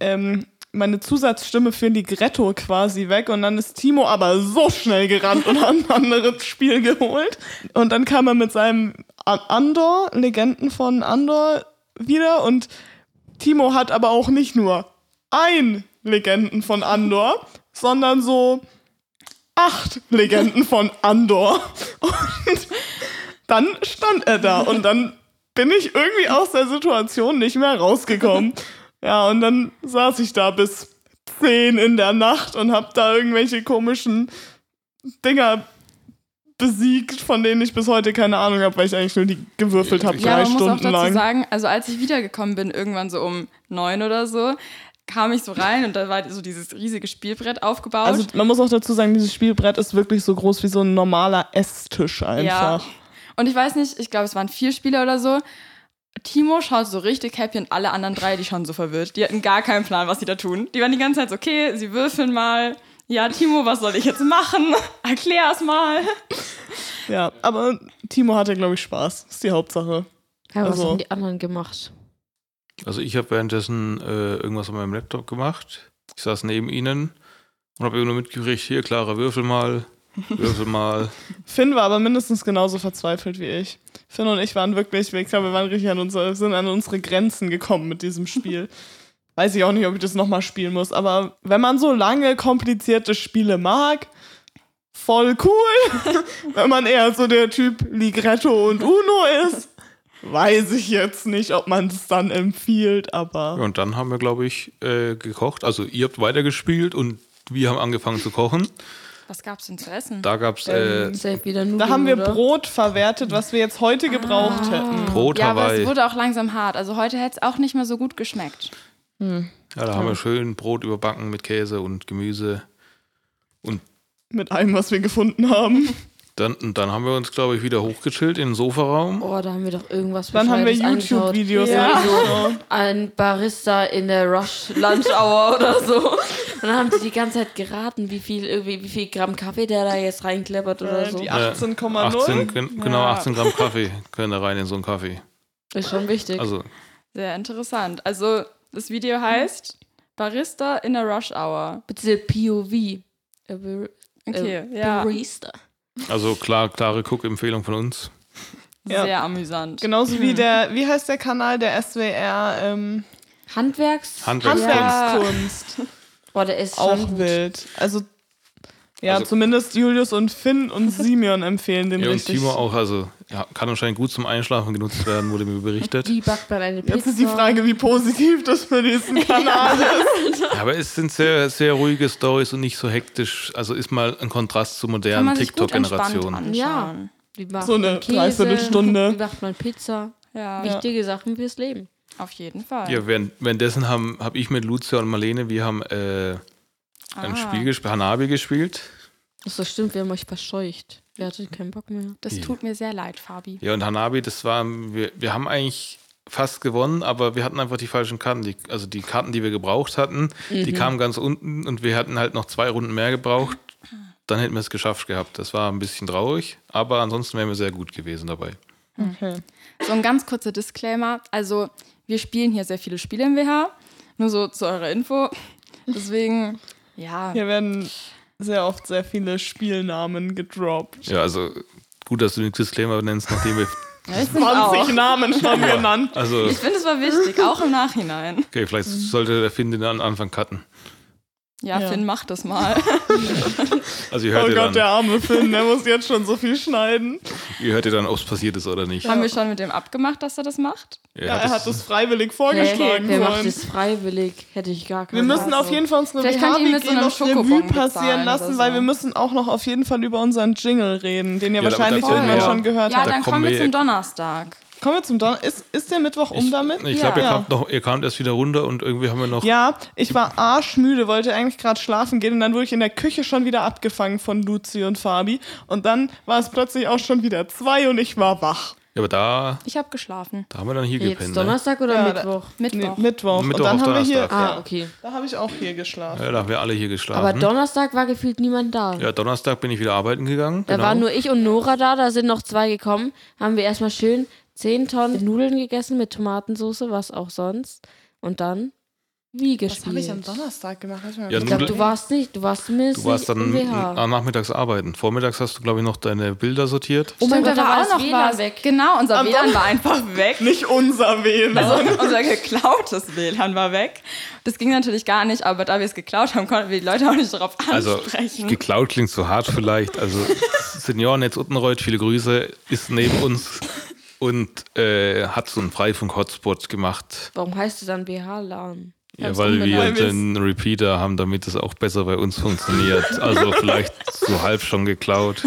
Speaker 1: ähm, meine Zusatzstimme für Ligretto quasi weg und dann ist Timo aber so schnell gerannt und hat ein anderes Spiel geholt und dann kam er mit seinem A- Andor, Legenden von Andor wieder und Timo hat aber auch nicht nur ein Legenden von Andor, sondern so acht Legenden von Andor. Und dann stand er da und dann bin ich irgendwie aus der Situation nicht mehr rausgekommen. Ja, und dann saß ich da bis zehn in der Nacht und hab da irgendwelche komischen Dinger besiegt, von denen ich bis heute keine Ahnung habe, weil ich eigentlich nur die gewürfelt habe,
Speaker 2: Ja,
Speaker 1: drei
Speaker 2: man muss auch
Speaker 1: Stunden
Speaker 2: dazu
Speaker 1: lang.
Speaker 2: sagen, also als ich wiedergekommen bin, irgendwann so um neun oder so, kam ich so rein und da war so dieses riesige Spielbrett aufgebaut.
Speaker 1: Also man muss auch dazu sagen, dieses Spielbrett ist wirklich so groß wie so ein normaler Esstisch einfach.
Speaker 2: Ja. Und ich weiß nicht, ich glaube, es waren vier Spieler oder so. Timo schaut so richtig happy und alle anderen drei, die schauen so verwirrt. Die hatten gar keinen Plan, was sie da tun. Die waren die ganze Zeit so, okay, sie würfeln mal. Ja, Timo, was soll ich jetzt machen? [LAUGHS] Erklär's mal.
Speaker 1: Ja. aber Timo hatte, glaube ich, Spaß. Ist die Hauptsache.
Speaker 3: Ja, was
Speaker 1: Also-
Speaker 3: haben die anderen gemacht?
Speaker 4: Also ich habe währenddessen äh, irgendwas an meinem Laptop gemacht. Ich saß neben ihnen und habe eben nur mitgekriegt, hier, klare Würfel mal, Würfel mal.
Speaker 1: Finn war aber mindestens genauso verzweifelt wie ich. Finn und ich waren wirklich, ich glaube, wir waren richtig an unsere, sind an unsere Grenzen gekommen mit diesem Spiel. Weiß ich auch nicht, ob ich das nochmal spielen muss, aber wenn man so lange komplizierte Spiele mag, voll cool. wenn man eher so der Typ Ligretto und Uno ist, weiß ich jetzt nicht, ob man es dann empfiehlt, aber.
Speaker 4: Ja, und dann haben wir, glaube ich, äh, gekocht. Also ihr habt weitergespielt und wir haben angefangen zu kochen.
Speaker 2: Was gab's denn zu essen?
Speaker 4: Da gab es äh,
Speaker 2: Ähm,
Speaker 3: Safe wieder Nudeln,
Speaker 1: Da haben wir
Speaker 3: oder?
Speaker 1: Brot verwertet, was wir jetzt heute gebraucht hätten.
Speaker 4: Brot
Speaker 2: ja, aber
Speaker 4: Hawaii.
Speaker 2: es wurde auch langsam hart. Also heute hätte es auch nicht mehr so gut geschmeckt.
Speaker 4: ja, da haben wir schön Brot überbacken mit Käse und Gemüse.
Speaker 1: Mit allem, was wir gefunden haben.
Speaker 4: Dann, und dann haben wir uns, glaube ich, wieder hochgechillt in den Sofaraum.
Speaker 3: Oh, da haben wir doch irgendwas
Speaker 1: Dann haben wir
Speaker 3: Bescheuertes angeschaut.
Speaker 1: YouTube-Videos
Speaker 2: Ja.
Speaker 1: angeschaut.
Speaker 3: Ein Barista in der Rush Lunch Hour [LAUGHS] oder so. Und dann haben die die ganze Zeit geraten, wie viel, irgendwie, wie viel Gramm Kaffee der da jetzt reinkleppert oder
Speaker 1: Äh,
Speaker 3: so.
Speaker 1: [LAUGHS] Die
Speaker 4: Äh, 18,
Speaker 1: 18,0.
Speaker 4: gen- genau,
Speaker 2: [LAUGHS]
Speaker 4: 18 Gramm Kaffee können da rein in so einen Kaffee.
Speaker 3: Ist schon wichtig.
Speaker 4: Also
Speaker 2: Sehr interessant. Also das Video heißt Barista in a Rush Hour.
Speaker 3: Bitte POV. Äh, Bar-
Speaker 2: Okay,
Speaker 3: äh,
Speaker 2: ja.
Speaker 3: Barista.
Speaker 4: Also klar, klare Cook-Empfehlung von uns.
Speaker 1: Ja.
Speaker 2: Sehr amüsant.
Speaker 4: Genau.
Speaker 1: Genauso wie der, wie heißt der Kanal der SWR? Ähm,
Speaker 3: Handwerks.
Speaker 4: Handwerkskunst.
Speaker 1: Handwerkskunst.
Speaker 3: Boah, der ist
Speaker 1: Auch
Speaker 3: schon gut.
Speaker 1: wild. Also, ja,
Speaker 4: Also-
Speaker 1: zumindest Julius und Finn [LAUGHS] und Simeon empfehlen den
Speaker 4: Ja, und
Speaker 1: richtig.
Speaker 4: Timo auch, also ja, kann anscheinend gut zum Einschlafen genutzt werden, wurde
Speaker 2: [LAUGHS]
Speaker 4: mir berichtet.
Speaker 3: Wie backt man eine Pizza?
Speaker 1: Jetzt ist die Frage, wie positiv das für [LAUGHS] diesen Kanal ist.
Speaker 4: Aber es sind sehr, sehr ruhige Stories und nicht so hektisch. Also ist mal ein Kontrast zur
Speaker 2: Kann
Speaker 4: modernen
Speaker 2: man sich gut entspannt
Speaker 4: TikTok-Generation.
Speaker 2: anschauen.
Speaker 3: Ja. Wie macht
Speaker 1: So eine
Speaker 3: man Käse?
Speaker 1: Dreiviertelstunde.
Speaker 3: Wie macht man Pizza?
Speaker 2: Ja,
Speaker 3: Wichtige Sachen fürs Leben.
Speaker 2: auf jeden Fall.
Speaker 4: Ja, während, währenddessen habe hab ich mit Lucia und Marlene, wir haben äh, ein
Speaker 2: Ah.
Speaker 4: Spiel gespielt, Hanabi gespielt.
Speaker 3: Achso, stimmt, wir haben euch verscheucht. Wir hatten keinen Bock mehr.
Speaker 2: Das
Speaker 4: Ja.
Speaker 2: tut mir sehr leid, Fabi.
Speaker 4: Ja, und Hanabi, das war, wir, wir haben eigentlich fast gewonnen, aber wir hatten einfach die falschen Karten. Die, also die Karten, die wir gebraucht hatten,
Speaker 2: Mhm.
Speaker 4: die kamen ganz unten und wir hatten halt noch zwei Runden mehr gebraucht. Dann hätten wir es geschafft gehabt. Das war ein bisschen traurig, aber ansonsten wären wir sehr gut gewesen dabei.
Speaker 2: So ein ganz kurzer Disclaimer. Also, wir spielen hier sehr viele Spiele im WH. Nur so zu eurer Info. Deswegen, ja.
Speaker 1: Hier werden sehr oft sehr viele Spielnamen [LAUGHS] gedroppt.
Speaker 4: Ja, also gut, dass du den Disclaimer nennst,
Speaker 1: [LAUGHS]
Speaker 4: nachdem wir.
Speaker 2: ja Ne, ich finde auch.
Speaker 1: 20 Namen schon genannt.
Speaker 4: Also,
Speaker 2: Ich finde, es war wichtig, auch im Nachhinein.
Speaker 4: okay, vielleicht sollte der Finn den an Anfang cutten.
Speaker 2: Ja,
Speaker 1: Ja.
Speaker 2: Finn, mach das mal.
Speaker 4: Also, ihr hört,
Speaker 1: Oh
Speaker 4: ihr,
Speaker 1: Gott, der
Speaker 4: dann,
Speaker 1: arme Finn, der muss jetzt schon so viel schneiden.
Speaker 4: ihr hört ihr dann, ob es passiert ist oder nicht.
Speaker 2: Haben wir schon mit dem abgemacht, dass er das macht?
Speaker 4: Er
Speaker 1: Ja, er hat
Speaker 4: es-
Speaker 1: es freiwillig
Speaker 3: Hey,
Speaker 1: vorgeschlagen
Speaker 3: wer macht
Speaker 1: sollen.
Speaker 3: das freiwillig? Hätte ich gar
Speaker 1: Wir
Speaker 3: keinen
Speaker 1: müssen auf jeden Fall unsere
Speaker 2: Also Vielleicht könnt ihr ihn mit so
Speaker 1: WH-WG
Speaker 2: einem
Speaker 1: noch Revue
Speaker 2: Schokobon bezahlen
Speaker 1: passieren
Speaker 2: oder
Speaker 1: lassen,
Speaker 2: so.
Speaker 1: weil wir müssen auch noch auf jeden Fall über unseren Jingle reden, den ihr
Speaker 4: Ja, damit
Speaker 1: wahrscheinlich
Speaker 4: erzählen
Speaker 1: irgendwann
Speaker 4: wir ja.
Speaker 1: schon gehört
Speaker 2: Ja,
Speaker 1: habt.
Speaker 4: Da
Speaker 2: dann kommen
Speaker 4: kommen
Speaker 2: wir
Speaker 4: wir-
Speaker 2: zum Donnerstag.
Speaker 1: Kommen wir zum Donner. Ist, ist der Mittwoch um damit?
Speaker 4: Ich glaube,
Speaker 1: ja.
Speaker 4: ihr, kamt noch- ihr kamt erst wieder runter und irgendwie haben wir noch.
Speaker 1: Ja, ich war arschmüde, wollte eigentlich gerade schlafen gehen und dann wurde ich in der Küche schon wieder abgefangen von Luzi und Fabi. Und dann war es plötzlich auch schon wieder zwei und ich war wach.
Speaker 4: Ja, aber da
Speaker 2: Ich habe geschlafen.
Speaker 4: Da haben wir dann hier
Speaker 3: Jetzt
Speaker 4: gepennt. Ne?
Speaker 3: Donnerstag oder
Speaker 1: Ja, da-
Speaker 3: Mittwoch?
Speaker 2: Mittwoch.
Speaker 1: Nee, Mittwoch.
Speaker 4: Mittwoch
Speaker 1: Und dann
Speaker 4: auf
Speaker 1: haben wir hier.
Speaker 4: Donnerstag.
Speaker 1: Ja,
Speaker 3: Ah, okay.
Speaker 1: Da habe ich auch hier geschlafen.
Speaker 4: Ja, da haben wir alle hier geschlafen.
Speaker 3: Aber Donnerstag war gefühlt niemand da.
Speaker 4: ja, Donnerstag bin ich wieder arbeiten gegangen.
Speaker 3: Da
Speaker 4: genau.
Speaker 3: waren nur ich und Nora da, da sind noch zwei gekommen. Haben wir erstmal schön 10 Tonnen Nudeln gegessen mit Tomatensauce, was auch sonst. Und dann wie gespielt.
Speaker 1: Was habe ich am Donnerstag gemacht? Lass mich mal
Speaker 4: Ja,
Speaker 3: Ich
Speaker 1: kurz
Speaker 3: glaube,
Speaker 4: Nudeln-
Speaker 3: du warst nicht, du warst mindestens
Speaker 4: du warst dann
Speaker 3: im WH.
Speaker 4: n- nachmittags arbeiten. Vormittags hast du, glaube ich, noch deine Bilder sortiert.
Speaker 3: Oh
Speaker 2: Stimmt, da war
Speaker 3: das
Speaker 2: auch noch
Speaker 3: WLAN
Speaker 2: was. Genau, unser
Speaker 1: Am
Speaker 2: WLAN war einfach
Speaker 1: [LAUGHS]
Speaker 2: weg.
Speaker 1: nicht unser WLAN.
Speaker 2: Also unser geklautes WLAN war weg. Das ging natürlich gar nicht, aber da wir es geklaut haben, konnten wir die Leute auch nicht darauf
Speaker 4: Also,
Speaker 2: ansprechen.
Speaker 4: geklaut klingt so hart vielleicht. Also, Seniorennetz Uttenreuth, viele Grüße, ist neben uns und äh, hat so einen Freifunk-Hotspot gemacht.
Speaker 3: Warum heißt es dann WH-Laden?
Speaker 4: Ja,
Speaker 2: Hab's
Speaker 4: weil wir
Speaker 2: umbenannt.
Speaker 4: den Repeater haben, damit es auch besser bei uns funktioniert. Also, vielleicht so halb schon geklaut.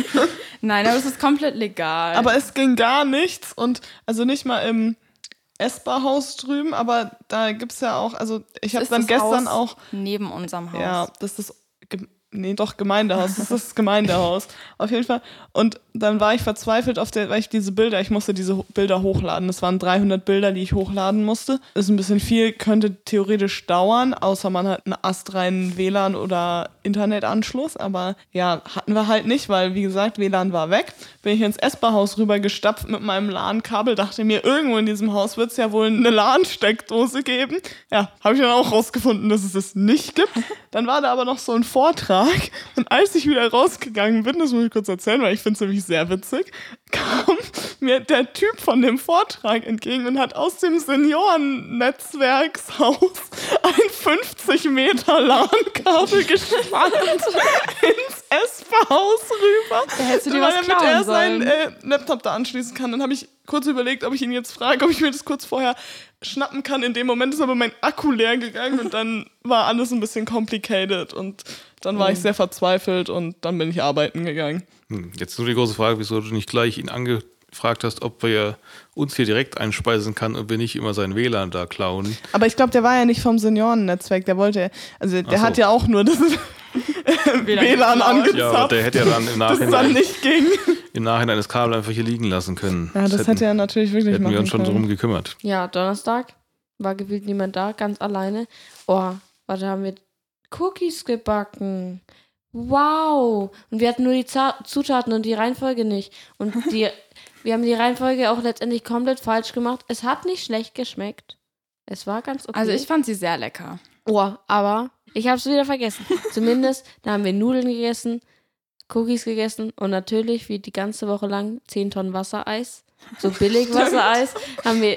Speaker 2: Nein, aber es ist komplett legal.
Speaker 1: Aber es ging gar nichts und also nicht mal im Esper-Haus drüben, aber da gibt es ja auch, also ich habe
Speaker 2: ist
Speaker 1: dann
Speaker 2: das
Speaker 1: gestern
Speaker 2: Haus
Speaker 1: auch,
Speaker 2: Neben unserem Haus.
Speaker 1: ja, das ist das, Ge- nee, doch Gemeindehaus, das ist das Gemeindehaus, auf jeden Fall. Und dann war ich verzweifelt auf der, weil ich diese Bilder, ich musste diese Ho- Bilder hochladen, das waren 300 Bilder, die ich hochladen musste. Ist ein bisschen viel, könnte theoretisch dauern, außer man hat einen astreinen WLAN oder Internetanschluss, aber ja, hatten wir halt nicht, weil wie gesagt, WLAN war weg. Bin ich ins Esper-Haus rübergestapft mit meinem LAN-Kabel, dachte mir, irgendwo in diesem Haus wird es ja wohl eine LAN-Steckdose geben. Ja, habe ich dann auch rausgefunden, dass es das nicht gibt. Dann war da aber noch so ein Vortrag und als ich wieder rausgegangen bin, das muss ich kurz erzählen, weil ich finde es nämlich sehr witzig, [LAUGHS] kam mir der Typ von dem Vortrag entgegen und hat aus dem Seniorennetzwerkshaus [LAUGHS] ein 50 Meter
Speaker 2: [LAUGHS]
Speaker 1: LAN-Kabel gespannt ins Esper-Haus rüber.
Speaker 2: Da hättest du dir was
Speaker 1: damit
Speaker 2: klauen
Speaker 1: er seinen äh,
Speaker 2: sollen.
Speaker 1: Laptop da anschließen kann. Dann habe ich kurz überlegt, ob ich ihn jetzt frage, ob ich mir das kurz vorher schnappen kann. In dem Moment ist aber mein Akku leer gegangen und dann war alles ein bisschen complicated und dann war ich sehr verzweifelt und dann bin ich arbeiten gegangen.
Speaker 4: Hm, Jetzt nur die große Frage, wieso du nicht gleich ihn angefragt hast, ob wir uns hier direkt einspeisen kann und wir nicht immer sein WLAN da klauen.
Speaker 1: Aber ich glaube, der war ja nicht vom Seniorennetzwerk. Der wollte, also der
Speaker 4: Ach so.
Speaker 1: hat ja auch nur das [LAUGHS] WLAN angezapft,
Speaker 4: Ja, aber der hätte ja dann im
Speaker 1: das dann
Speaker 4: Nachhinein,
Speaker 1: nicht ging.
Speaker 4: im Nachhinein das Kabel einfach hier liegen lassen können.
Speaker 1: Ja, das hätte er natürlich wirklich
Speaker 4: hätten
Speaker 1: machen
Speaker 4: wir uns schon
Speaker 1: können.
Speaker 4: drum gekümmert.
Speaker 3: Ja, Donnerstag war gefühlt niemand da, ganz alleine. Oh, warte, haben wir Cookies gebacken. Wow! Und wir hatten nur die Za Zutaten und die Reihenfolge nicht.
Speaker 2: [LAUGHS]
Speaker 3: Und die, wir haben die Reihenfolge auch letztendlich komplett falsch gemacht. Es hat nicht schlecht geschmeckt. Es war ganz okay.
Speaker 2: Also ich fand sie sehr lecker.
Speaker 3: Oh, aber ich hab's wieder vergessen. Zumindest, da haben wir Nudeln gegessen, Cookies gegessen und natürlich, wie die ganze Woche lang, 10 Tonnen Wassereis.
Speaker 1: [LAUGHS]
Speaker 3: So billig Wassereis haben wir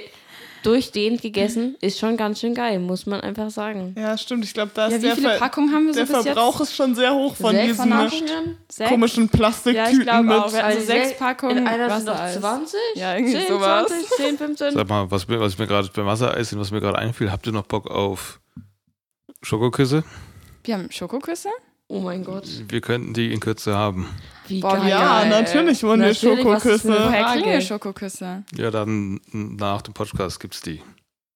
Speaker 3: durchgehend gegessen. Ist schon ganz schön geil, muss man einfach sagen.
Speaker 1: Ja, stimmt. Ich glaube, da ist
Speaker 2: Ja, wie
Speaker 1: der,
Speaker 2: viele
Speaker 1: Ver
Speaker 2: Packungen haben wir so
Speaker 1: der
Speaker 2: bis
Speaker 1: Verbrauch
Speaker 2: jetzt?
Speaker 1: ist schon sehr hoch von
Speaker 3: Sechs
Speaker 1: diesen
Speaker 3: Packungen?
Speaker 2: Sechs?
Speaker 1: komischen
Speaker 2: Ja,
Speaker 1: Plastiktüten
Speaker 2: ich glaube
Speaker 1: mit.
Speaker 2: auch. Wir hatten so
Speaker 3: Also
Speaker 2: sechs
Speaker 3: sech-
Speaker 2: Packungen
Speaker 3: In einer sind noch
Speaker 2: Wassereis.
Speaker 3: 20?
Speaker 2: Ja, irgendwie
Speaker 3: 10,
Speaker 2: sowas.
Speaker 3: 20, 10, 15.
Speaker 4: Sag mal, was, mir- was mir gerade beim Wassereis und was mir gerade einfiel, habt ihr noch Bock auf Schokoküsse?
Speaker 2: Wir haben Schokoküsse.
Speaker 3: Oh mein Gott.
Speaker 4: Wir könnten die in Kürze haben.
Speaker 3: Wie
Speaker 2: Boah,
Speaker 3: geil.
Speaker 1: Oh Ja,
Speaker 2: Geil.
Speaker 1: natürlich wurden wir
Speaker 3: Natürlich, was ist denn-
Speaker 1: Schokoküsse.
Speaker 2: Woher kriegen wir
Speaker 3: Frage.
Speaker 2: Schokoküsse?
Speaker 4: Ja, dann nach dem Podcast gibt's die.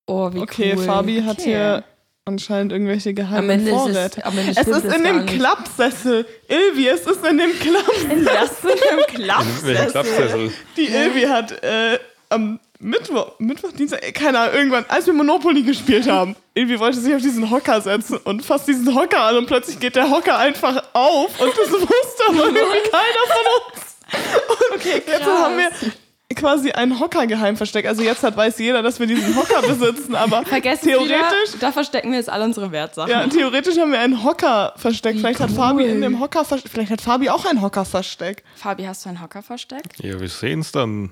Speaker 3: Oh, wie
Speaker 1: Okay,
Speaker 3: cool.
Speaker 1: Fabi hat
Speaker 2: Okay.
Speaker 3: [LAUGHS]
Speaker 1: hier anscheinend irgendwelche
Speaker 3: Am
Speaker 1: geheimen
Speaker 3: Ende ist es,
Speaker 1: Vorräte.
Speaker 3: am Ende
Speaker 1: Es
Speaker 3: stimmt
Speaker 1: ist in
Speaker 3: gar
Speaker 1: dem
Speaker 3: nicht.
Speaker 1: Klappsessel. Ilvi, es ist in dem Klappsessel.
Speaker 2: Das sind im Klapp.
Speaker 4: Welchen Klappsessel?
Speaker 1: Die Ilvi hat äh, am Mittwoch, Mittwoch, Dienstag, äh, keine Ahnung, irgendwann, als wir Monopoly gespielt haben, Ilvi wollte sich auf diesen Hocker setzen und fasst diesen Hocker an und plötzlich geht der Hocker einfach auf und das wusste aber irgendwie keiner von uns. Und jetzt haben wir quasi einen Hocker geheim versteckt. Also jetzt hat weiß jeder, dass wir diesen Hocker besitzen, aber
Speaker 2: Vergessen
Speaker 1: theoretisch
Speaker 2: Wieder, da verstecken wir jetzt alle unsere Wertsachen.
Speaker 1: ja, theoretisch haben wir einen Hocker versteckt. Vielleicht hat Fabi in dem Hocker vers- vielleicht hat Fabi auch einen Hocker versteckt.
Speaker 2: Fabi, hast du einen Hocker versteckt?
Speaker 4: Ja, wir sehen's dann,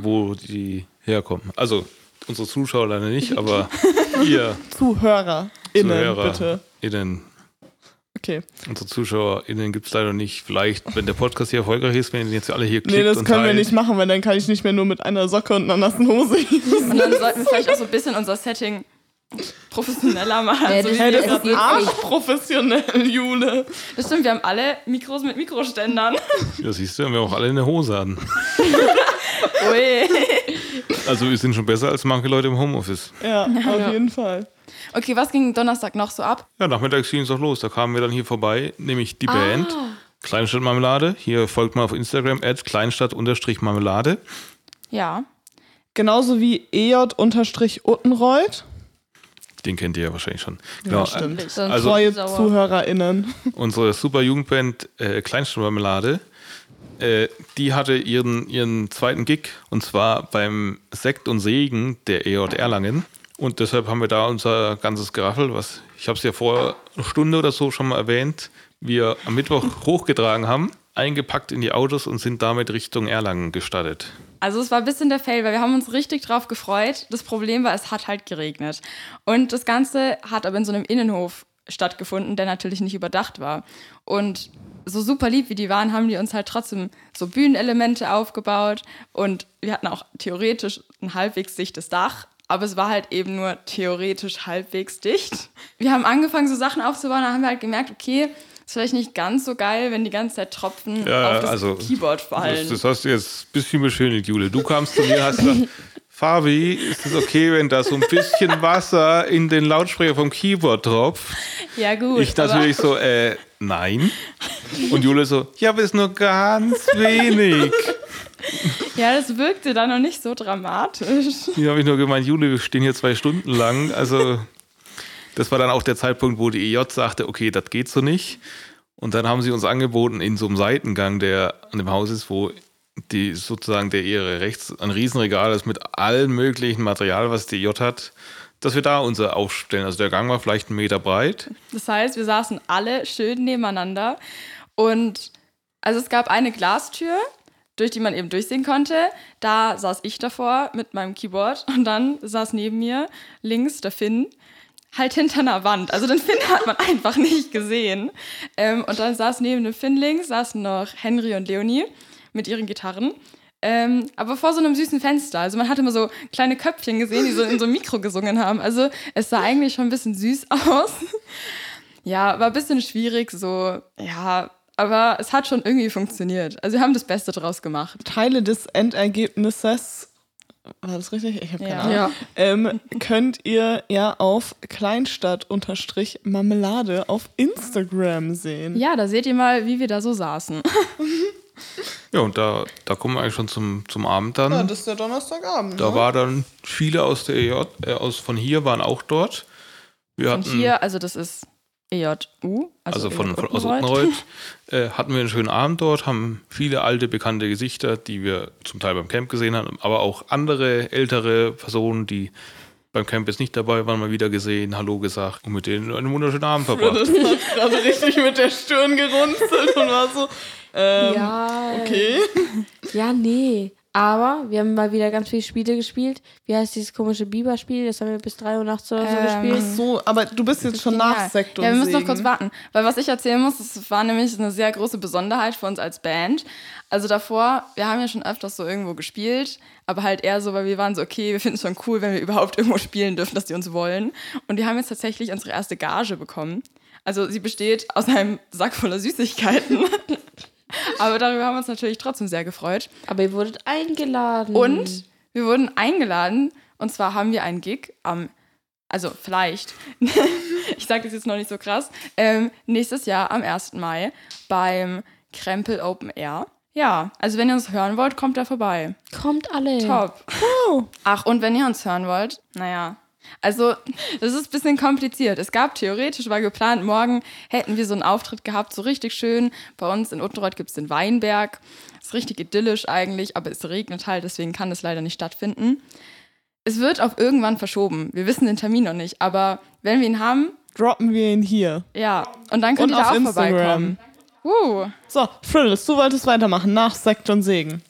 Speaker 4: wo die herkommen. Also, unsere Zuschauer leider
Speaker 1: [LAUGHS]
Speaker 4: nicht, aber ihr
Speaker 1: Zuhörer. Innen,
Speaker 4: Zuhörer,
Speaker 1: bitte.
Speaker 4: innen,
Speaker 1: Okay.
Speaker 4: unsere ZuschauerInnen gibt's leider nicht. Vielleicht, wenn der Podcast hier erfolgreich ist, wenn ihr jetzt alle hier klickt
Speaker 1: Nee, das
Speaker 4: und
Speaker 1: können wir
Speaker 4: teilt.
Speaker 1: nicht machen, weil dann kann ich nicht mehr nur mit einer Socke und einer nassen Hose. [LAUGHS]
Speaker 2: Und dann sollten wir vielleicht auch so ein bisschen unser Setting professioneller machen.
Speaker 3: Ja,
Speaker 2: so
Speaker 3: das-
Speaker 2: wie wir
Speaker 3: das-
Speaker 2: gerade-
Speaker 3: geht nicht.
Speaker 1: Arschprofessionell, Jule.
Speaker 2: das stimmt, wir haben alle Mikros mit Mikroständern.
Speaker 4: Ja, siehst du, haben wir auch alle eine Hose an.
Speaker 2: [LAUGHS] Ui.
Speaker 4: Also, wir sind schon besser als manche Leute im Homeoffice.
Speaker 1: Ja, auf jeden Fall.
Speaker 2: Okay, was ging Donnerstag noch so ab?
Speaker 4: Ja, nachmittags ging es auch los. Da kamen wir dann hier vorbei, nämlich die Band. Kleinstadtmarmelade. Hier folgt mal auf Instagram at kleinstadt-marmelade.
Speaker 2: Ja.
Speaker 1: Genauso wie EJ-Uttenreuth.
Speaker 4: Den kennt ihr ja wahrscheinlich schon. Genau.
Speaker 1: stimmt.
Speaker 3: Sonst
Speaker 4: Also-
Speaker 1: Treue
Speaker 3: sauer.
Speaker 1: ZuhörerInnen.
Speaker 4: unsere super Jugendband äh, Kleinstadtmarmelade, äh, die hatte ihren, ihren zweiten Gig und zwar beim Sekt und Segen der EJ Erlangen. Und deshalb haben wir da unser ganzes Geraffel, was ich habe es ja vor einer Stunde oder so schon mal erwähnt, wir am Mittwoch [LAUGHS] hochgetragen haben, eingepackt in die Autos und sind damit Richtung Erlangen gestartet.
Speaker 2: Also es war ein bisschen der Fail, weil wir haben uns richtig drauf gefreut. Das Problem war, es hat halt geregnet. Und das Ganze hat aber in so einem Innenhof stattgefunden, der natürlich nicht überdacht war. Und so super lieb wie die waren, haben die uns halt trotzdem so Bühnenelemente aufgebaut. Und wir hatten auch theoretisch ein halbwegs dichtes Dach. Aber es war halt eben nur theoretisch halbwegs dicht. Wir haben angefangen, so Sachen aufzubauen. Da haben wir halt gemerkt, okay, Ist vielleicht nicht ganz so geil, wenn die ganze Zeit Tropfen
Speaker 4: Ja,
Speaker 2: auf das
Speaker 4: also,
Speaker 2: Keyboard fallen.
Speaker 4: Das, das hast du jetzt ein bisschen beschönigt, Jule. Du kamst zu mir und hast gesagt, Fabi, ist es okay, wenn da so ein bisschen Wasser in den Lautsprecher vom Keyboard tropft?
Speaker 2: ja, gut.
Speaker 4: Ich
Speaker 2: aber-
Speaker 4: natürlich so, äh, nein. Und Jule so, ja, aber ist nur ganz wenig.
Speaker 2: Ja, das wirkte dann noch nicht so dramatisch.
Speaker 4: Hier habe ich nur gemeint, Jule, wir stehen hier zwei Stunden lang. Also, das war dann auch der Zeitpunkt, wo die EJ sagte, okay, das geht so nicht. Und dann haben sie uns angeboten, in so einem Seitengang, der an dem Haus ist, wo die sozusagen der Ehre rechts ein Riesenregal ist mit allen möglichen Material, was die EJ hat, dass wir da unser aufstellen. Also der Gang war vielleicht einen Meter breit.
Speaker 2: Das heißt, wir saßen alle schön nebeneinander. Und also es gab eine Glastür, durch die man eben durchsehen konnte. Da saß ich davor mit meinem Keyboard und dann saß neben mir links der Finn halt hinter einer Wand. Also den Finn hat man [LAUGHS] einfach nicht gesehen. Ähm, und dann saß neben dem Finn links, saßen noch Henry und Leonie mit ihren Gitarren. Ähm, aber vor so einem süßen Fenster. Also man hat immer so kleine Köpfchen gesehen, die so in so einem Mikro gesungen haben. Also es sah eigentlich schon ein bisschen süß [LAUGHS] aus. Ja, war ein bisschen schwierig, so, ja, aber es hat schon irgendwie funktioniert. Also wir haben das Beste draus gemacht.
Speaker 1: Teile des Endergebnisses, war das richtig? Ich habe keine
Speaker 2: Ja.
Speaker 1: Ahnung. Ähm, könnt ihr ja auf Kleinstadt-Marmelade auf Instagram sehen.
Speaker 2: Ja, da seht ihr mal, wie wir da so saßen.
Speaker 4: Ja, und da, da kommen wir eigentlich schon zum, zum Abend dann.
Speaker 1: Ja, das ist der Donnerstagabend.
Speaker 4: da
Speaker 2: Mhm.
Speaker 1: ne?
Speaker 4: war dann viele aus der EJ, äh, aus, von hier waren auch dort. Wir
Speaker 2: Und
Speaker 4: hatten-
Speaker 2: hier, also das ist EJU, also,
Speaker 4: Mhm. Also von,
Speaker 2: EJ
Speaker 4: von aus
Speaker 2: Uttenreuth.
Speaker 4: Uttenreuth äh, hatten wir einen schönen Abend dort, haben viele alte, bekannte Gesichter, die wir zum Teil beim Camp gesehen haben, aber auch andere ältere Personen, die beim Camp jetzt nicht dabei waren, mal wieder gesehen, Hallo gesagt und mit denen einen wunderschönen Abend verbracht.
Speaker 1: Das hat gerade richtig mit der Stirn gerunzelt und war so, ähm,
Speaker 3: ja.
Speaker 1: okay.
Speaker 2: Hm.
Speaker 3: Ja, nee. Aber wir haben mal wieder ganz viele Spiele gespielt. Wie heißt dieses komische Biber-Spiel? Das haben wir bis 3 Uhr nachts oder so
Speaker 2: Ähm,
Speaker 1: Ach
Speaker 3: gespielt.
Speaker 1: so, aber du bist jetzt schon
Speaker 2: Genial.
Speaker 1: nach Sekt und
Speaker 2: Ja, wir müssen noch
Speaker 1: Segen.
Speaker 2: kurz warten, weil was ich erzählen muss, das war nämlich eine sehr große Besonderheit für uns als Band. Also davor, wir haben ja schon öfters so irgendwo gespielt, aber halt eher so, weil wir waren so, okay, wir finden es schon cool, wenn wir [LAUGHS] überhaupt irgendwo spielen dürfen, dass die uns wollen. Und die haben jetzt tatsächlich unsere erste Gage bekommen. Also sie besteht aus einem Sack voller Süßigkeiten. [LAUGHS] aber darüber haben wir uns natürlich trotzdem sehr gefreut.
Speaker 3: Aber ihr wurdet eingeladen.
Speaker 2: Und wir wurden eingeladen. Und zwar haben wir einen Gig am, also vielleicht, [LAUGHS] ich sage das jetzt noch nicht so krass, ähm, nächstes Jahr am 1. Mai beim Krempel Open Air. Ja, also wenn ihr uns hören wollt, kommt da vorbei.
Speaker 3: Kommt alle.
Speaker 2: Top. Ach, und wenn ihr uns hören wollt, naja. Also, das ist ein bisschen kompliziert. Es gab theoretisch, war geplant, morgen hätten wir so einen Auftritt gehabt, so richtig schön. Bei uns in Uttenreuth gibt es den Weinberg. Ist richtig idyllisch eigentlich, aber es regnet halt, deswegen kann es leider nicht stattfinden. Es wird auf irgendwann verschoben. Wir wissen den Termin noch nicht, aber wenn wir ihn haben,
Speaker 1: Droppen wir ihn hier.
Speaker 2: ja. Und dann könnt
Speaker 1: Und
Speaker 2: ihr da
Speaker 1: auf
Speaker 2: auch
Speaker 1: Instagram.
Speaker 2: vorbeikommen. Uh,
Speaker 1: So, Frillis, du wolltest weitermachen nach Sekt und Segen.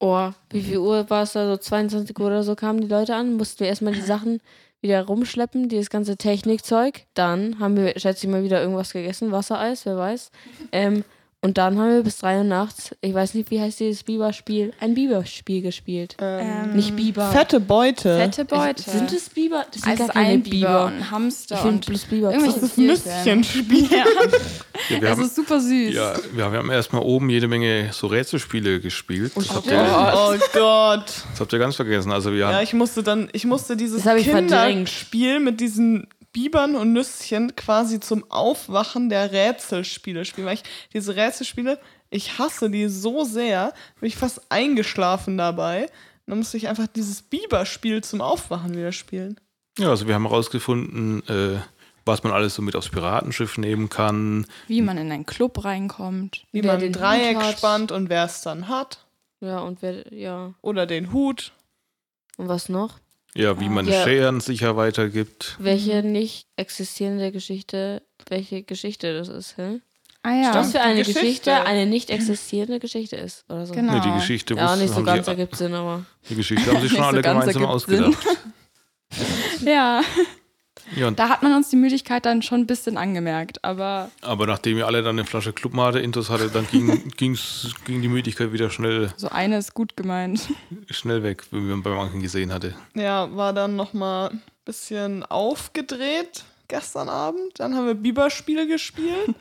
Speaker 3: Oh, wie viel Uhr war es da? So 22 Uhr oder so kamen die Leute an. Mussten wir erstmal die Sachen wieder rumschleppen, dieses ganze Technikzeug. Dann haben wir, schätze ich mal, wieder irgendwas gegessen. Wassereis, wer weiß. Ähm, und dann haben wir bis 3 Uhr nachts, ich weiß nicht, wie heißt dieses Biber-Spiel, ein Biber-Spiel gespielt.
Speaker 2: Ähm.
Speaker 3: nicht Biber.
Speaker 1: Fette Beute.
Speaker 2: fette Beute.
Speaker 3: Sind es Biber? Das sind
Speaker 2: es
Speaker 3: gar
Speaker 2: ist
Speaker 3: keine
Speaker 2: ein Biber
Speaker 3: Biber.
Speaker 2: und ein Hamster
Speaker 3: Ich
Speaker 2: und
Speaker 3: finde bloß Biber.
Speaker 2: irgendwelche
Speaker 1: das ist
Speaker 2: Tierchen.
Speaker 1: Müsschenspiel.
Speaker 2: Ja.
Speaker 4: Ja, wir
Speaker 2: Es
Speaker 4: haben,
Speaker 2: ist also super süß.
Speaker 4: ja, wir haben, wir haben erstmal oben jede Menge so Rätselspiele gespielt. Das habt, ihr,
Speaker 1: [LAUGHS] Oh Gott.
Speaker 4: das habt ihr ganz vergessen. Also wir
Speaker 1: Ja,
Speaker 4: haben,
Speaker 1: ich musste dann, ich musste dieses
Speaker 3: Das hab ich verdrängt.
Speaker 1: Kinderspiel mit diesen Bibern und Nüsschen quasi zum Aufwachen der Rätselspiele spielen. Weil ich diese Rätselspiele, ich hasse die so sehr, bin ich fast eingeschlafen dabei. Und Dann musste ich einfach dieses Biberspiel zum Aufwachen wieder spielen.
Speaker 4: ja, also wir haben herausgefunden, äh, was man alles so mit aufs Piratenschiff nehmen kann.
Speaker 2: Wie man in einen Club reinkommt.
Speaker 1: Wie
Speaker 3: Wer
Speaker 1: man ein
Speaker 3: den Hut
Speaker 1: Dreieck
Speaker 3: hat.
Speaker 1: spannt und wer es dann hat.
Speaker 3: Ja, und wer, ja.
Speaker 1: Oder den Hut.
Speaker 3: Und was noch?
Speaker 4: Ja, wie man
Speaker 3: Ja.
Speaker 4: Scheren sicher weitergibt.
Speaker 3: Welche nicht existierende Geschichte, welche Geschichte das ist, hä?
Speaker 2: Ah ja.
Speaker 3: Was für eine Geschichte.
Speaker 1: Geschichte.
Speaker 3: eine nicht existierende Geschichte ist, oder so.
Speaker 2: Genau.
Speaker 4: Ne, die Geschichte
Speaker 3: Ja,
Speaker 4: wussten-
Speaker 3: nicht so
Speaker 4: haben
Speaker 3: ganz
Speaker 4: sie,
Speaker 3: ergibt Sinn, aber.
Speaker 4: die Geschichte haben sie
Speaker 2: Nicht
Speaker 4: schon
Speaker 2: so
Speaker 4: alle
Speaker 2: ganz
Speaker 4: gemeinsam
Speaker 2: ergibt Sinn.
Speaker 4: ausgedacht.
Speaker 2: Ja.
Speaker 4: Ja, und
Speaker 2: Da hat man uns die Müdigkeit dann schon ein bisschen angemerkt, aber
Speaker 4: Aber nachdem ihr alle dann eine Flasche Clubmate intus hatte, dann ging, ging's, ging die Müdigkeit wieder schnell,
Speaker 2: so eine ist gut gemeint.
Speaker 4: schnell weg, wie man bei manchen gesehen hatte.
Speaker 1: Ja, war dann nochmal ein
Speaker 3: [LAUGHS]
Speaker 1: bisschen aufgedreht gestern Abend. Dann haben wir Biberspiele gespielt.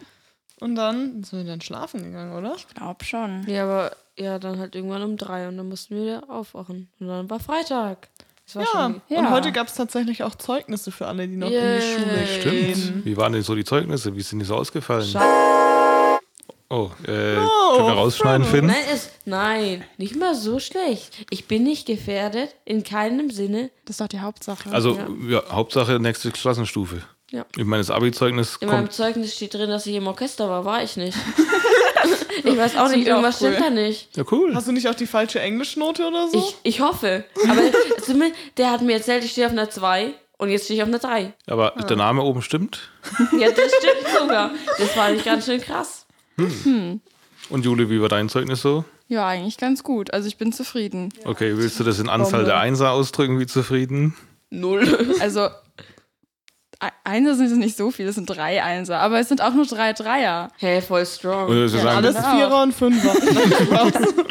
Speaker 1: und dann sind wir dann schlafen gegangen, oder?
Speaker 2: Glaub schon.
Speaker 3: Ja, aber ja, dann halt irgendwann um drei und dann mussten wir wieder aufwachen. Und dann war Freitag. Das war
Speaker 1: Ja.
Speaker 3: schon
Speaker 2: Ja.
Speaker 1: Und heute gab es tatsächlich auch Zeugnisse für alle, die noch in die
Speaker 3: Yay.
Speaker 1: Schule gehen.
Speaker 4: Stimmt. Ähm. Wie waren denn so die Zeugnisse? Wie sind die so ausgefallen? Oh, äh,
Speaker 1: No,
Speaker 4: können wir rausschneiden, Finn?
Speaker 3: Nein, es, nein, nicht mal so schlecht. Ich bin nicht gefährdet, in keinem Sinne.
Speaker 2: Das ist doch die Hauptsache.
Speaker 4: Also,
Speaker 3: Ja.
Speaker 4: ja, Hauptsache nächste Klassenstufe.
Speaker 3: Ja.
Speaker 4: Ich meine, das Abi-Zeugnis
Speaker 3: In meinem
Speaker 4: kommt.
Speaker 3: Zeugnis steht drin, dass ich im Orchester war, war
Speaker 1: [LAUGHS]
Speaker 3: ich nicht. [LAUGHS] ich weiß auch nicht,
Speaker 2: wieder
Speaker 3: irgendwas
Speaker 2: auch cool.
Speaker 3: stimmt da nicht.
Speaker 4: Ja, cool.
Speaker 1: Hast du nicht auch die falsche Englischnote oder so?
Speaker 3: Ich, ich hoffe. Aber [LAUGHS] zumindest, der hat mir erzählt, ich stehe auf einer 2 und jetzt stehe ich auf einer 3.
Speaker 4: Aber
Speaker 1: Ah.
Speaker 4: der Name oben stimmt.
Speaker 3: Ja, das
Speaker 1: [LAUGHS]
Speaker 3: stimmt sogar. Das fand ich ganz schön krass.
Speaker 4: Und Jule, wie war dein Zeugnis so?
Speaker 2: ja, eigentlich ganz gut. Also ich bin zufrieden.
Speaker 4: Okay, willst du das in Anzahl der Einser ausdrücken, wie zufrieden?
Speaker 1: Null.
Speaker 2: Also E- Einser sind es nicht so viel, es sind drei Einser, aber es sind auch nur drei Dreier.
Speaker 3: Hey, voll strong.
Speaker 4: Oder willst du sagen,
Speaker 1: Oh, Alles
Speaker 2: Genau.
Speaker 1: Vierer und
Speaker 3: [LAUGHS]
Speaker 1: Fünfer.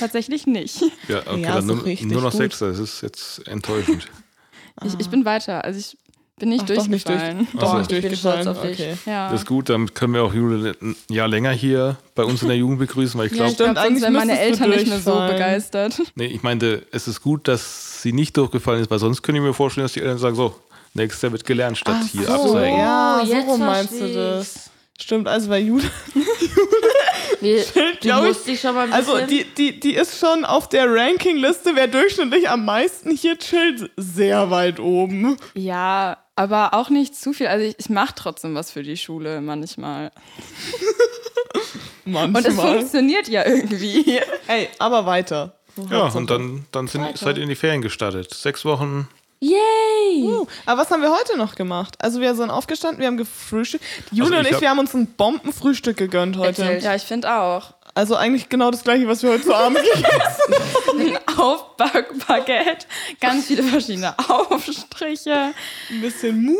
Speaker 2: Tatsächlich nicht.
Speaker 4: ja, okay,
Speaker 1: Ja,
Speaker 4: dann
Speaker 1: so
Speaker 4: nur,
Speaker 1: richtig
Speaker 4: nur noch
Speaker 1: gut.
Speaker 4: Sechser. Das ist jetzt
Speaker 1: [LAUGHS]
Speaker 4: enttäuschend.
Speaker 2: Ich, ich bin weiter, also ich bin nicht
Speaker 1: Ah. Ach, doch nicht durch.
Speaker 2: durchgefallen.
Speaker 1: Doch,
Speaker 4: Also,
Speaker 1: nicht
Speaker 3: ich bin stolz
Speaker 1: durchgefallen.
Speaker 3: auf dich.
Speaker 1: Okay.
Speaker 2: Ja.
Speaker 4: Das ist gut, dann können wir auch Jule ein Jahr länger hier bei uns in der Jugend begrüßen, weil ich
Speaker 2: ja,
Speaker 4: glaube,
Speaker 2: ich glaube,
Speaker 1: Stimmt,
Speaker 2: sonst
Speaker 1: eigentlich
Speaker 2: wären meine
Speaker 1: müsstest du
Speaker 2: Eltern nicht mehr so
Speaker 1: durchfallen.
Speaker 2: begeistert.
Speaker 4: nee, ich meinte, es ist gut, dass sie nicht durchgefallen ist, weil sonst könnte ich mir vorstellen, dass die Eltern sagen, so, nächster wird gelernt, statt hier
Speaker 1: so,
Speaker 4: abzeigen.
Speaker 1: ja, so
Speaker 3: Oh, jetzt
Speaker 1: rum meinst du
Speaker 3: versteh
Speaker 1: das. Stimmt, also bei Jude.
Speaker 3: Wir,
Speaker 1: glaub
Speaker 3: du
Speaker 1: ich-
Speaker 3: musst dich schon mal ein bisschen...
Speaker 1: Also die, die, die ist schon auf der Rankingliste, wer durchschnittlich am meisten hier chillt, sehr weit oben.
Speaker 2: Ja, aber auch nicht zu viel. Also ich, ich mache trotzdem was für die Schule manchmal. Und es
Speaker 1: Manchmal.
Speaker 2: funktioniert ja irgendwie.
Speaker 1: Ey, aber weiter.
Speaker 4: Ja, und dann, dann sind, seid ihr in die Ferien gestartet. Sechs Wochen.
Speaker 3: Yay!
Speaker 1: Uh, aber was haben wir heute noch gemacht? Also wir sind aufgestanden, wir haben gefrühstückt. Jule
Speaker 4: Also ich
Speaker 1: und ich,
Speaker 4: hab-
Speaker 1: wir haben uns ein Bombenfrühstück gegönnt heute.
Speaker 3: Erzähl.
Speaker 2: Ja, ich finde auch.
Speaker 1: Also eigentlich genau das gleiche, was wir heute zu Abend [LAUGHS] gegessen
Speaker 2: Aufbackbaguette, ganz viele verschiedene [LAUGHS] Aufstriche.
Speaker 1: Ein bisschen Musli.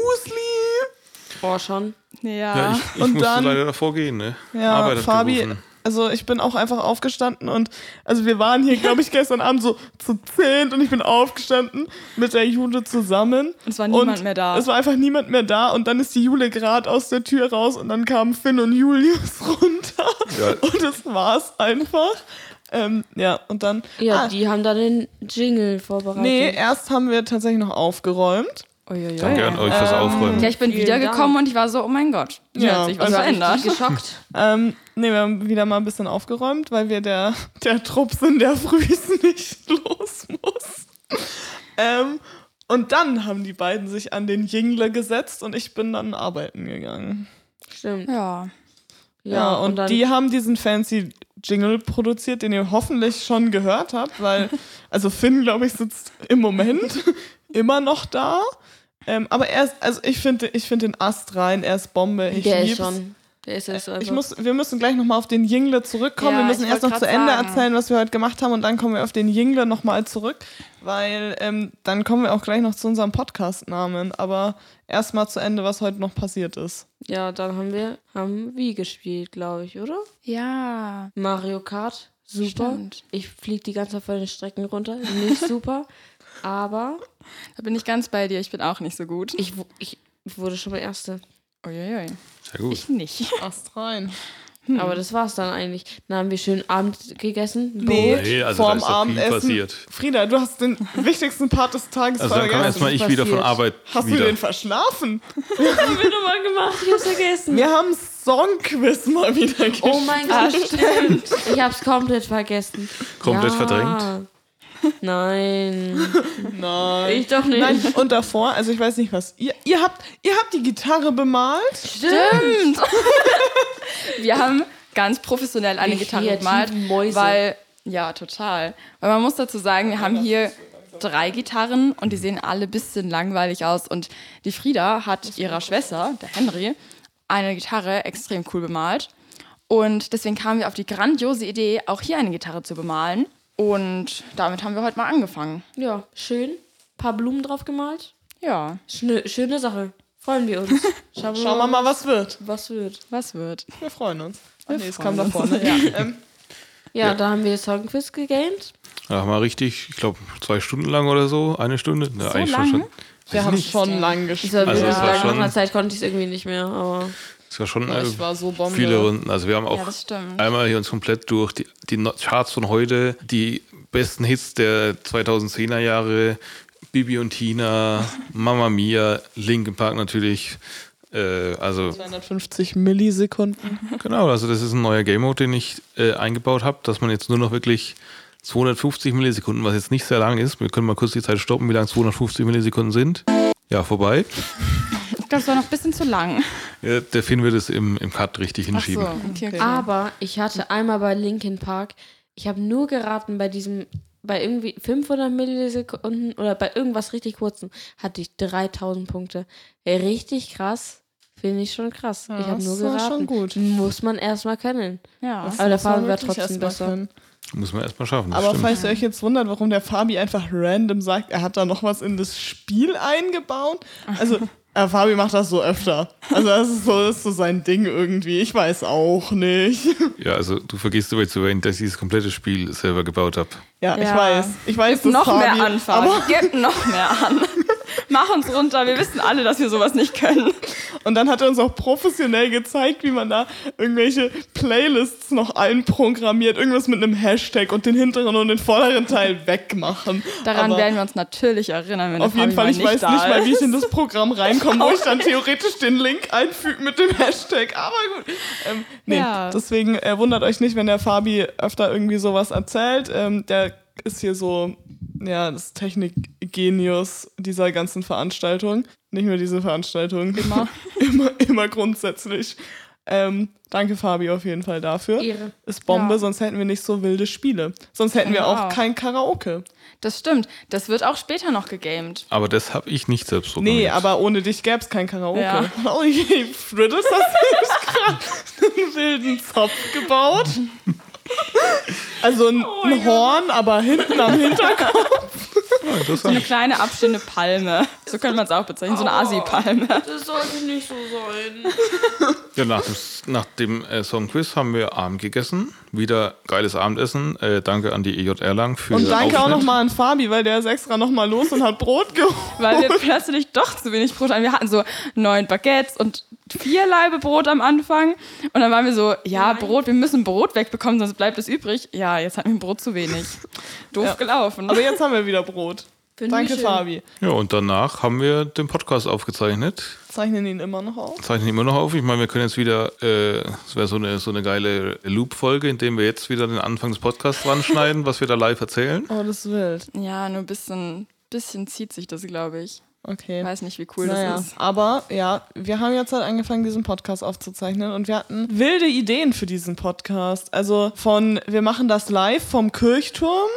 Speaker 3: Boah, schon.
Speaker 2: Ja.
Speaker 4: Ja, ich, ich
Speaker 1: Und
Speaker 4: musste
Speaker 1: dann-
Speaker 4: leider davor gehen, ne?
Speaker 1: Ja,
Speaker 4: Arbeit hat
Speaker 1: Fabi,
Speaker 4: gerufen.
Speaker 1: also ich bin auch einfach aufgestanden und also wir waren hier, glaube ich, [LAUGHS] gestern Abend so zu zehn und ich bin aufgestanden mit der Jule zusammen.
Speaker 2: Es war niemand
Speaker 1: Und
Speaker 2: mehr da.
Speaker 1: Es war einfach niemand mehr da und dann ist die Jule gerade aus der Tür raus und dann kamen Finn und Julius [LAUGHS] runter.
Speaker 4: Ja.
Speaker 1: Und das war's einfach. Ähm, ja, und dann.
Speaker 3: Ja,
Speaker 1: ah,
Speaker 3: die haben da den Jingle vorbereitet.
Speaker 1: nee, erst haben wir tatsächlich noch aufgeräumt.
Speaker 2: Uiuiui.
Speaker 4: Danke an euch fürs Aufräumen.
Speaker 2: Ja, ich bin
Speaker 3: Vielen
Speaker 2: wiedergekommen
Speaker 3: Dank.
Speaker 2: und ich war so, oh mein Gott, hier
Speaker 1: Ja,
Speaker 2: hat sich was
Speaker 1: also
Speaker 2: verändert.
Speaker 3: geschockt.
Speaker 1: Ähm, nee, wir haben wieder mal ein bisschen aufgeräumt, weil wir der, [LAUGHS] der Trupps in der Frühs nicht [LAUGHS] los muss. Ähm, und dann haben die beiden sich an den Jingle gesetzt und ich bin dann arbeiten gegangen.
Speaker 3: Stimmt.
Speaker 2: Ja.
Speaker 3: Ja,
Speaker 1: Ja, und,
Speaker 3: dann,
Speaker 1: die haben diesen fancy Jingle produziert, den ihr hoffentlich schon gehört habt,
Speaker 3: [LAUGHS]
Speaker 1: weil, also Finn, glaube ich, sitzt im Moment [LAUGHS] immer noch da. Ähm, aber er ist, also ich finde ich find den Ast rein, er ist Bombe. Ich
Speaker 3: der ist
Speaker 1: lieb's.
Speaker 3: schon. Der ist also jetzt einfach.
Speaker 1: Ich muss, wir müssen gleich nochmal auf den Jingle zurückkommen.
Speaker 2: Ja,
Speaker 1: wir müssen
Speaker 2: ich
Speaker 1: erst
Speaker 2: wollt
Speaker 1: noch zu
Speaker 2: grad
Speaker 1: Ende
Speaker 2: sagen.
Speaker 1: erzählen, was wir heute gemacht haben und dann kommen wir auf den Jingle nochmal zurück, weil ähm, dann kommen wir auch gleich noch zu unserem Podcast-Namen. Aber erstmal zu Ende, was heute noch passiert ist.
Speaker 3: Ja, dann haben wir haben Wii gespielt, glaube ich, oder?
Speaker 2: Ja.
Speaker 3: Mario Kart, super.
Speaker 2: Stimmt.
Speaker 3: Ich fliege die ganze Zeit von den Strecken runter, nicht super. aber
Speaker 2: Da bin ich ganz bei dir, ich bin auch nicht so gut.
Speaker 3: ich, wu- ich wurde schon mal Erste.
Speaker 2: Uiuiui.
Speaker 4: Sehr gut.
Speaker 2: Ich nicht.
Speaker 1: Ast rein.
Speaker 3: Aber das war's dann eigentlich. Dann haben wir schön Abend gegessen.
Speaker 1: Nee,
Speaker 4: Nee, also da
Speaker 1: vorm
Speaker 4: ist doch viel
Speaker 1: Abendessen.
Speaker 4: passiert.
Speaker 1: Frieda, du hast den wichtigsten Part des Tages
Speaker 4: Also dann kam
Speaker 1: vergessen.
Speaker 4: erstmal ich wieder von
Speaker 3: passiert.
Speaker 4: Arbeit
Speaker 1: Hast
Speaker 4: wieder.
Speaker 1: du den verschlafen?
Speaker 3: Das haben wir nochmal gemacht, ich
Speaker 1: [LAUGHS]
Speaker 3: hab's vergessen.
Speaker 1: Wir haben Songquiz mal wieder gespielt.
Speaker 3: Oh mein Gott, stimmt. Ich hab's komplett vergessen.
Speaker 4: Komplett
Speaker 3: Ja.
Speaker 4: verdrängt?
Speaker 3: Nein,
Speaker 1: nein.
Speaker 3: ich doch nicht.
Speaker 1: Nein, und davor, also ich weiß nicht was, ihr, ihr, habt, ihr habt die Gitarre bemalt?
Speaker 2: Stimmt. [LAUGHS] Wir haben ganz professionell eine
Speaker 3: Die
Speaker 2: Gitarre
Speaker 3: kreativen
Speaker 2: gemalt,
Speaker 3: Mäuse.
Speaker 2: weil ja, total. Weil man muss dazu sagen, wir haben hier drei Gitarren und die sehen alle ein bisschen langweilig aus und die Frieda hat ihrer Schwester, der Henry, eine Gitarre extrem cool bemalt und deswegen kamen wir auf die grandiose Idee, auch hier eine Gitarre zu bemalen und damit haben wir heute mal angefangen.
Speaker 3: Ja, schön. Paar Blumen drauf gemalt.
Speaker 2: Ja,
Speaker 3: Schöne, schöne Sache. Freuen wir uns. Schauen wir,
Speaker 1: Schauen wir mal, was wird.
Speaker 3: was wird.
Speaker 2: was wird?
Speaker 1: Wir freuen uns. Wir nee, es
Speaker 2: freuen
Speaker 1: kam da
Speaker 2: uns.
Speaker 1: vorne. Ja. Ähm,
Speaker 3: Ja, da haben wir Songquiz gegamed.
Speaker 4: Da haben wir richtig, ich glaube, zwei Stunden lang oder so, eine Stunde. Ne, eigentlich
Speaker 2: lange?
Speaker 4: schon.
Speaker 1: wir haben schon lang
Speaker 3: Also,
Speaker 1: gespielt.
Speaker 4: Also,
Speaker 3: ja,
Speaker 4: es war
Speaker 3: nach
Speaker 4: schon-
Speaker 3: einer Zeit konnte ich es irgendwie nicht mehr, aber
Speaker 4: Ist ja schon
Speaker 1: Boah,
Speaker 4: äh,
Speaker 1: ich war so Bombe.
Speaker 4: viele Runden. Also wir haben
Speaker 2: Ja,
Speaker 4: auch
Speaker 2: das stimmt.
Speaker 4: einmal hier uns komplett durch die, die No- Charts von heute, die besten Hits der 2010er Jahre, Bibi und Tina, Mamma Mia, Linkin Park natürlich. Äh, also
Speaker 1: 250 Millisekunden.
Speaker 4: genau, also das ist ein neuer Game Mode, den ich äh, eingebaut habe, dass man jetzt nur noch wirklich 250 Millisekunden, was jetzt nicht sehr lang ist, wir können mal kurz die Zeit stoppen, wie lang 250 Millisekunden sind. Ja, vorbei.
Speaker 2: Ich glaube, es war noch ein bisschen zu lang.
Speaker 4: Ja, der Finn wird es im, im Cut richtig
Speaker 2: Ach so,
Speaker 4: hinschieben.
Speaker 2: okay, okay.
Speaker 3: Aber ich hatte einmal bei Linkin Park, ich habe nur geraten bei diesem, bei irgendwie 500 Millisekunden oder bei irgendwas richtig kurzem, hatte ich 3000 Punkte. Richtig krass. Finde ich schon krass. ich habe nur
Speaker 1: das war
Speaker 3: geraten.
Speaker 1: schon gut.
Speaker 3: Muss man erstmal können.
Speaker 2: ja.
Speaker 3: Aber der
Speaker 1: Das war
Speaker 3: Fabi war
Speaker 1: wirklich
Speaker 3: trotzdem
Speaker 1: erstmal
Speaker 3: besser.
Speaker 1: können.
Speaker 4: Muss man erstmal schaffen. das
Speaker 1: Aber
Speaker 4: stimmt.
Speaker 1: falls ihr euch jetzt wundert, warum der Fabi einfach random sagt, er hat da noch was in das Spiel eingebaut. Also, äh, Fabi macht das so öfter. Also, das ist so, das ist so sein Ding irgendwie. Ich weiß auch nicht. [LAUGHS]
Speaker 4: Ja, also du vergisst aber zu erwähnen, dass ich das komplette Spiel selber gebaut habe.
Speaker 1: Ja, ich
Speaker 2: Ja.
Speaker 1: weiß. Ich weiß, dass
Speaker 2: noch
Speaker 1: Fabi,
Speaker 2: mehr anfangen.
Speaker 1: Aber,
Speaker 2: [LAUGHS] Gib noch mehr [LAUGHS] an. Mach uns runter. Wir wissen alle, dass wir sowas nicht können.
Speaker 1: und dann hat er uns auch professionell gezeigt, wie man da irgendwelche Playlists noch einprogrammiert. Irgendwas mit einem Hashtag und den hinteren und den vorderen Teil wegmachen.
Speaker 2: Daran
Speaker 1: aber
Speaker 2: werden wir uns natürlich erinnern, wenn der
Speaker 1: auf jeden
Speaker 2: Fabi
Speaker 1: Fall,
Speaker 2: mal
Speaker 1: ich weiß
Speaker 2: da
Speaker 1: nicht mal, wie
Speaker 2: ist.
Speaker 1: ich in das Programm reinkomme, wo ich
Speaker 2: [LAUGHS]
Speaker 1: dann theoretisch den Link einfüge mit dem Hashtag. Aber gut. Ähm, nee,
Speaker 2: Ja.
Speaker 1: deswegen äh, wundert euch nicht, wenn der Fabi öfter irgendwie sowas erzählt. Ähm, der ist hier so, ja, das Technikgenius dieser ganzen Veranstaltung. Nicht nur diese Veranstaltung. Immer. [LAUGHS] immer, immer grundsätzlich. Ähm, danke, Fabi, auf jeden Fall dafür.
Speaker 3: Ehre.
Speaker 1: Ist Bombe,
Speaker 2: Ja.
Speaker 1: sonst hätten wir nicht so wilde Spiele. Sonst hätten wir auch
Speaker 2: Genau.
Speaker 1: kein Karaoke.
Speaker 2: Das stimmt. Das wird auch später noch gegamed.
Speaker 4: Aber das habe ich nicht selbst programmiert.
Speaker 1: Nee, aber ohne dich gäbe es kein Karaoke.
Speaker 2: Ja.
Speaker 1: [LAUGHS] Oh, je, Fritters hast du jetzt gerade einen wilden Zopf gebaut. Also ein, ein Horn, aber hinten am Hinterkopf.
Speaker 4: Ah,
Speaker 2: So eine
Speaker 4: interessant.
Speaker 2: kleine abstehende Palme. So könnte man es auch bezeichnen. So eine Asi-Palme.
Speaker 3: Das sollte nicht so sein.
Speaker 4: Ja, nach dem, nach dem äh, Song Quiz haben wir Abend gegessen. Wieder geiles Abendessen. Äh, danke an die EJ Erlang für
Speaker 1: Und danke auch
Speaker 4: Aufschnitt.
Speaker 1: nochmal an Fabi, weil der ist extra nochmal los und hat Brot geholt.
Speaker 2: [LAUGHS] Weil wir plötzlich doch zu wenig Brot hatten. Wir hatten so neun Baguettes und vier Laibe Brot am Anfang. Und dann waren wir so, ja, Brot, wir müssen Brot wegbekommen, sonst bleibt es übrig. Ja, jetzt hatten wir Brot zu [LAUGHS] wenig. Doof gelaufen.
Speaker 1: Aber jetzt haben wir wieder Brot.
Speaker 3: Find
Speaker 1: danke,
Speaker 3: ich schön.
Speaker 1: Fabi.
Speaker 4: Ja, und danach haben wir den Podcast aufgezeichnet.
Speaker 1: Zeichnen ihn immer noch auf.
Speaker 4: Zeichnen immer noch auf. Ich meine, wir können jetzt wieder, äh, das wäre so eine, so eine geile Loop-Folge, indem wir jetzt wieder den Anfang des Podcasts ranschneiden, was wir da live erzählen.
Speaker 1: Oh, das ist wild.
Speaker 2: ja, nur ein bisschen, bisschen zieht sich das, glaube ich.
Speaker 1: Okay.
Speaker 2: Ich weiß nicht, wie cool
Speaker 1: naja.
Speaker 2: das ist.
Speaker 1: Aber ja, wir haben jetzt halt angefangen, diesen Podcast aufzuzeichnen und wir hatten wilde Ideen für diesen Podcast. Also von, wir machen das live vom Kirchturm.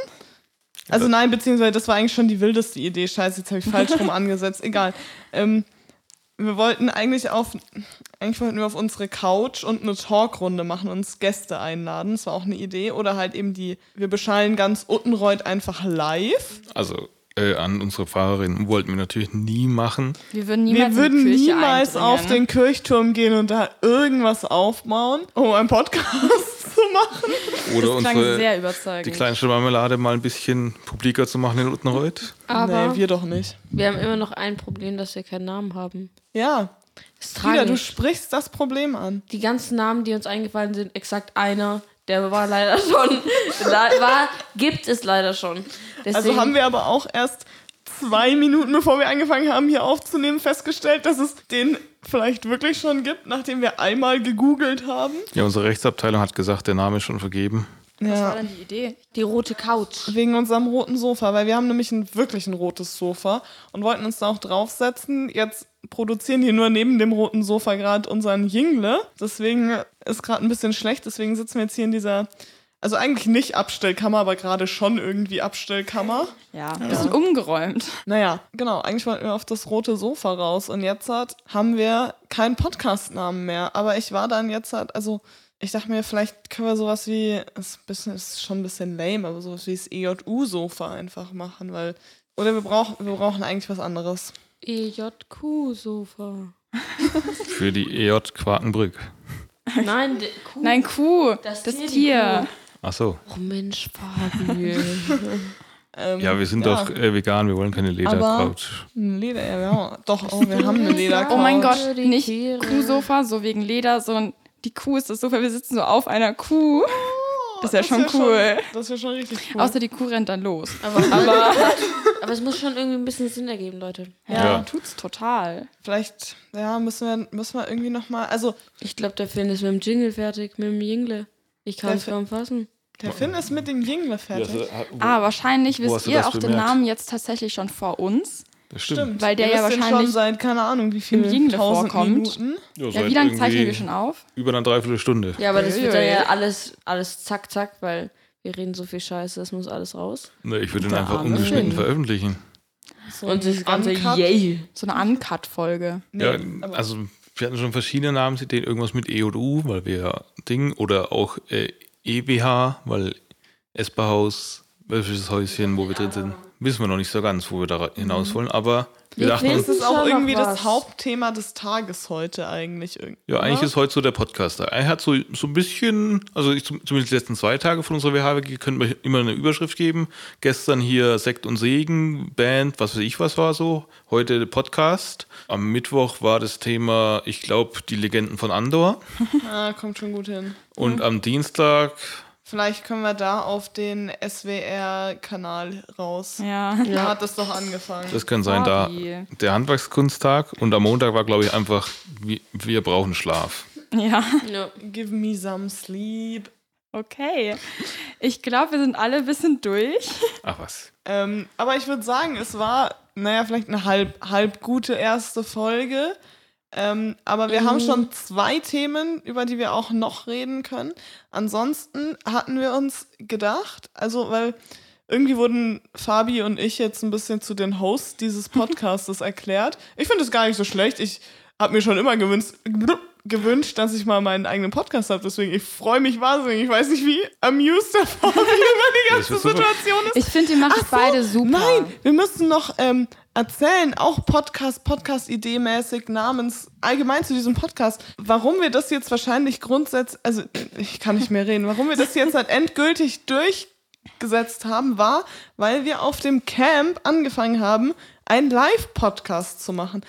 Speaker 1: Also nein, beziehungsweise das war eigentlich schon die wildeste Idee. Scheiße, jetzt habe ich falsch [LAUGHS] rum angesetzt. Egal. Ähm, wir wollten eigentlich auf, eigentlich wollten wir auf unsere Couch und eine Talkrunde machen, uns Gäste einladen. Das war auch eine Idee. Oder halt eben die, wir beschallen ganz Uttenreuth einfach live.
Speaker 4: Also äh, an unsere Fahrerin wollten wir natürlich nie machen.
Speaker 2: Wir würden
Speaker 1: Wir
Speaker 2: niemals,
Speaker 1: würden
Speaker 2: in die Kirche
Speaker 1: niemals
Speaker 2: eindringen.
Speaker 1: auf
Speaker 3: ne?
Speaker 1: den Kirchturm gehen und da irgendwas aufbauen, um einen Podcast [LAUGHS] zu machen.
Speaker 4: Oder
Speaker 2: Das klang
Speaker 4: unsere
Speaker 2: sehr
Speaker 4: die
Speaker 2: überzeugend.
Speaker 4: kleinste Marmelade mal ein bisschen publiker zu machen in Uttenreuth.
Speaker 3: Aber
Speaker 1: nee, wir doch nicht.
Speaker 3: wir haben immer noch ein Problem, dass wir keinen Namen haben.
Speaker 1: Ja,
Speaker 3: Das ist
Speaker 1: Ida, du
Speaker 3: tragisch.
Speaker 1: sprichst das Problem an.
Speaker 3: Die ganzen Namen, die uns eingefallen sind, exakt einer, der war leider [LAUGHS] schon. Le war, gibt es leider schon. Deswegen,
Speaker 1: Also haben wir aber auch erst zwei Minuten, bevor wir angefangen haben, hier aufzunehmen, festgestellt, dass es den vielleicht wirklich schon gibt, nachdem wir einmal gegoogelt haben.
Speaker 4: Ja, unsere Rechtsabteilung hat gesagt, der Name ist schon vergeben.
Speaker 2: Was war denn die Idee?
Speaker 3: die rote Couch.
Speaker 1: Wegen unserem roten Sofa, weil wir haben nämlich ein, wirklich ein rotes Sofa und wollten uns da auch draufsetzen. Jetzt produzieren die nur neben dem roten Sofa gerade unseren Jingle. Deswegen ist gerade ein bisschen schlecht. Deswegen sitzen wir jetzt hier in dieser, also eigentlich nicht Abstellkammer, aber gerade schon irgendwie Abstellkammer.
Speaker 2: Ja, ein bisschen umgeräumt.
Speaker 1: Naja, genau. Eigentlich wollten wir auf das rote Sofa raus und jetzt hat, haben wir keinen Podcast-Namen mehr. Aber ich war dann jetzt halt, also ich dachte mir, vielleicht können wir sowas wie, ist, ein bisschen, ist schon ein bisschen lame, aber sowas wie das EJU-Sofa einfach machen, weil, oder wir brauchen, wir brauchen eigentlich was anderes.
Speaker 3: E EJQ-Sofa.
Speaker 4: Für die EJ Quakenbrück.
Speaker 3: Nein, de- Kuh.
Speaker 2: Nein, Kuh, das,
Speaker 3: Das Tier, die
Speaker 2: Tier.
Speaker 4: Ach so.
Speaker 3: Oh Mensch, Fabi.
Speaker 1: Ähm,
Speaker 4: Ja, wir sind
Speaker 1: ja.
Speaker 4: doch äh, vegan, wir wollen keine Lederkraut.
Speaker 1: Ein Leder, ja. Doch, oh, wir
Speaker 2: [LAUGHS]
Speaker 1: haben eine Ledercouch.
Speaker 2: Oh mein Gott,
Speaker 3: Für die
Speaker 2: nicht
Speaker 3: Tiere.
Speaker 2: Kuhsofa, so wegen Leder, so ein, die Kuh ist das Sofa, wir sitzen so auf einer Kuh. Oh, Das ist ja schon cool.
Speaker 1: das ist ja schon richtig cool.
Speaker 2: Außer die Kuh rennt dann los.
Speaker 3: [LAUGHS] Aber, aber es muss schon irgendwie ein bisschen Sinn ergeben, Leute.
Speaker 2: Ja,
Speaker 4: Ja.
Speaker 2: tut's total.
Speaker 1: Vielleicht, ja, müssen wir, müssen wir irgendwie nochmal. Also,
Speaker 3: Ich glaube, der Film ist mit dem Jingle fertig, mit dem Jingle. Ich kann
Speaker 1: Der
Speaker 3: es
Speaker 1: Fi-
Speaker 3: kaum fassen.
Speaker 1: der Finn ist mit dem Jingle fertig.
Speaker 2: Ah, wahrscheinlich
Speaker 4: Wo hast
Speaker 2: wisst
Speaker 4: du
Speaker 2: ihr
Speaker 4: das
Speaker 2: auch den
Speaker 4: bemerkt?
Speaker 2: Namen jetzt tatsächlich schon vor uns.
Speaker 4: das stimmt.
Speaker 2: Weil der
Speaker 1: Ihr
Speaker 2: ja
Speaker 1: wisst den
Speaker 2: wahrscheinlich-
Speaker 1: schon seit, keine Ahnung, wie viel
Speaker 2: im Jingle vorkommt.
Speaker 1: Minuten.
Speaker 2: Ja, wie lange zeichnen wir schon auf?
Speaker 4: Über eine Dreiviertelstunde.
Speaker 3: Ja, aber das wird dann
Speaker 2: Uiuiui.
Speaker 3: ja alles, alles zack, zack, weil wir reden so viel Scheiße, das muss alles raus.
Speaker 4: Ne, ich würde den
Speaker 2: Der
Speaker 4: einfach
Speaker 2: arme
Speaker 4: ungeschnitten
Speaker 3: Finn.
Speaker 4: veröffentlichen.
Speaker 1: So
Speaker 3: Und das ganze
Speaker 1: Uncut.
Speaker 3: Yay.
Speaker 2: So eine Uncut-Folge.
Speaker 1: Nee,
Speaker 4: ja,
Speaker 1: aber-
Speaker 4: also wir hatten schon verschiedene Namensideen, irgendwas mit E und U, weil wir ja Ding, oder auch äh, EBH, weil Esperhaus, welches Häuschen, wo wir drin sind. Wissen wir noch nicht so ganz, wo wir da hinaus wollen, aber wir
Speaker 3: Wir
Speaker 4: dachten uns,
Speaker 1: Das ist auch
Speaker 3: Schon
Speaker 1: irgendwie
Speaker 3: noch
Speaker 1: das
Speaker 3: was.
Speaker 1: Hauptthema des Tages heute eigentlich. irgendwie,
Speaker 4: Ja, eigentlich
Speaker 1: oder?
Speaker 4: ist heute so der Podcast da. Er hat so, so ein bisschen, also ich, zum- zumindest die letzten zwei Tage von unserer WHWG könnten wir immer eine Überschrift geben. Gestern hier Sekt und Segen, Band, was weiß ich was war so. Heute der Podcast. Am Mittwoch war das Thema, ich glaube, die Legenden von Andor.
Speaker 1: Ah, kommt schon gut hin.
Speaker 4: Und am Dienstag,
Speaker 1: Vielleicht können wir da auf den SWR-Kanal raus.
Speaker 2: Ja. [LAUGHS]
Speaker 1: Da hat das doch angefangen.
Speaker 4: das kann sein,
Speaker 2: Barbie.
Speaker 4: da der Handwerkskunsttag. Und am Montag war, glaube ich, einfach, wir, wir brauchen Schlaf.
Speaker 2: Ja.
Speaker 3: Ja.
Speaker 1: Give me some sleep.
Speaker 2: Okay. Ich glaube, wir sind alle ein bisschen durch.
Speaker 4: Ach was.
Speaker 1: Ähm, aber ich würde sagen, es war, naja, vielleicht eine halb, halb gute erste Folge. Ähm, aber wir haben schon zwei Themen, über die wir auch noch reden können. Ansonsten hatten wir uns gedacht, also weil irgendwie wurden Fabi und ich jetzt ein bisschen zu den Hosts dieses Podcastes erklärt. Ich finde es gar nicht so schlecht. Ich habe mir schon immer gewünscht, gewünscht, dass ich mal meinen eigenen Podcast habe. Deswegen, ich freue mich wahnsinnig. Ich weiß nicht wie amused der Fabi über die
Speaker 4: Das
Speaker 1: ganze
Speaker 4: ist super.
Speaker 1: Situation ist.
Speaker 2: Ich finde, ihr macht
Speaker 1: Ach so,
Speaker 2: beide super.
Speaker 1: Nein, wir müssen noch ähm, erzählen, auch Podcast, Podcast-Idee-mäßig, namens, allgemein zu diesem Podcast, warum wir das jetzt wahrscheinlich grundsätzlich, also ich kann nicht mehr reden, warum wir das jetzt halt endgültig durchgesetzt haben, war, weil wir auf dem Camp angefangen haben, einen Live-Podcast zu machen.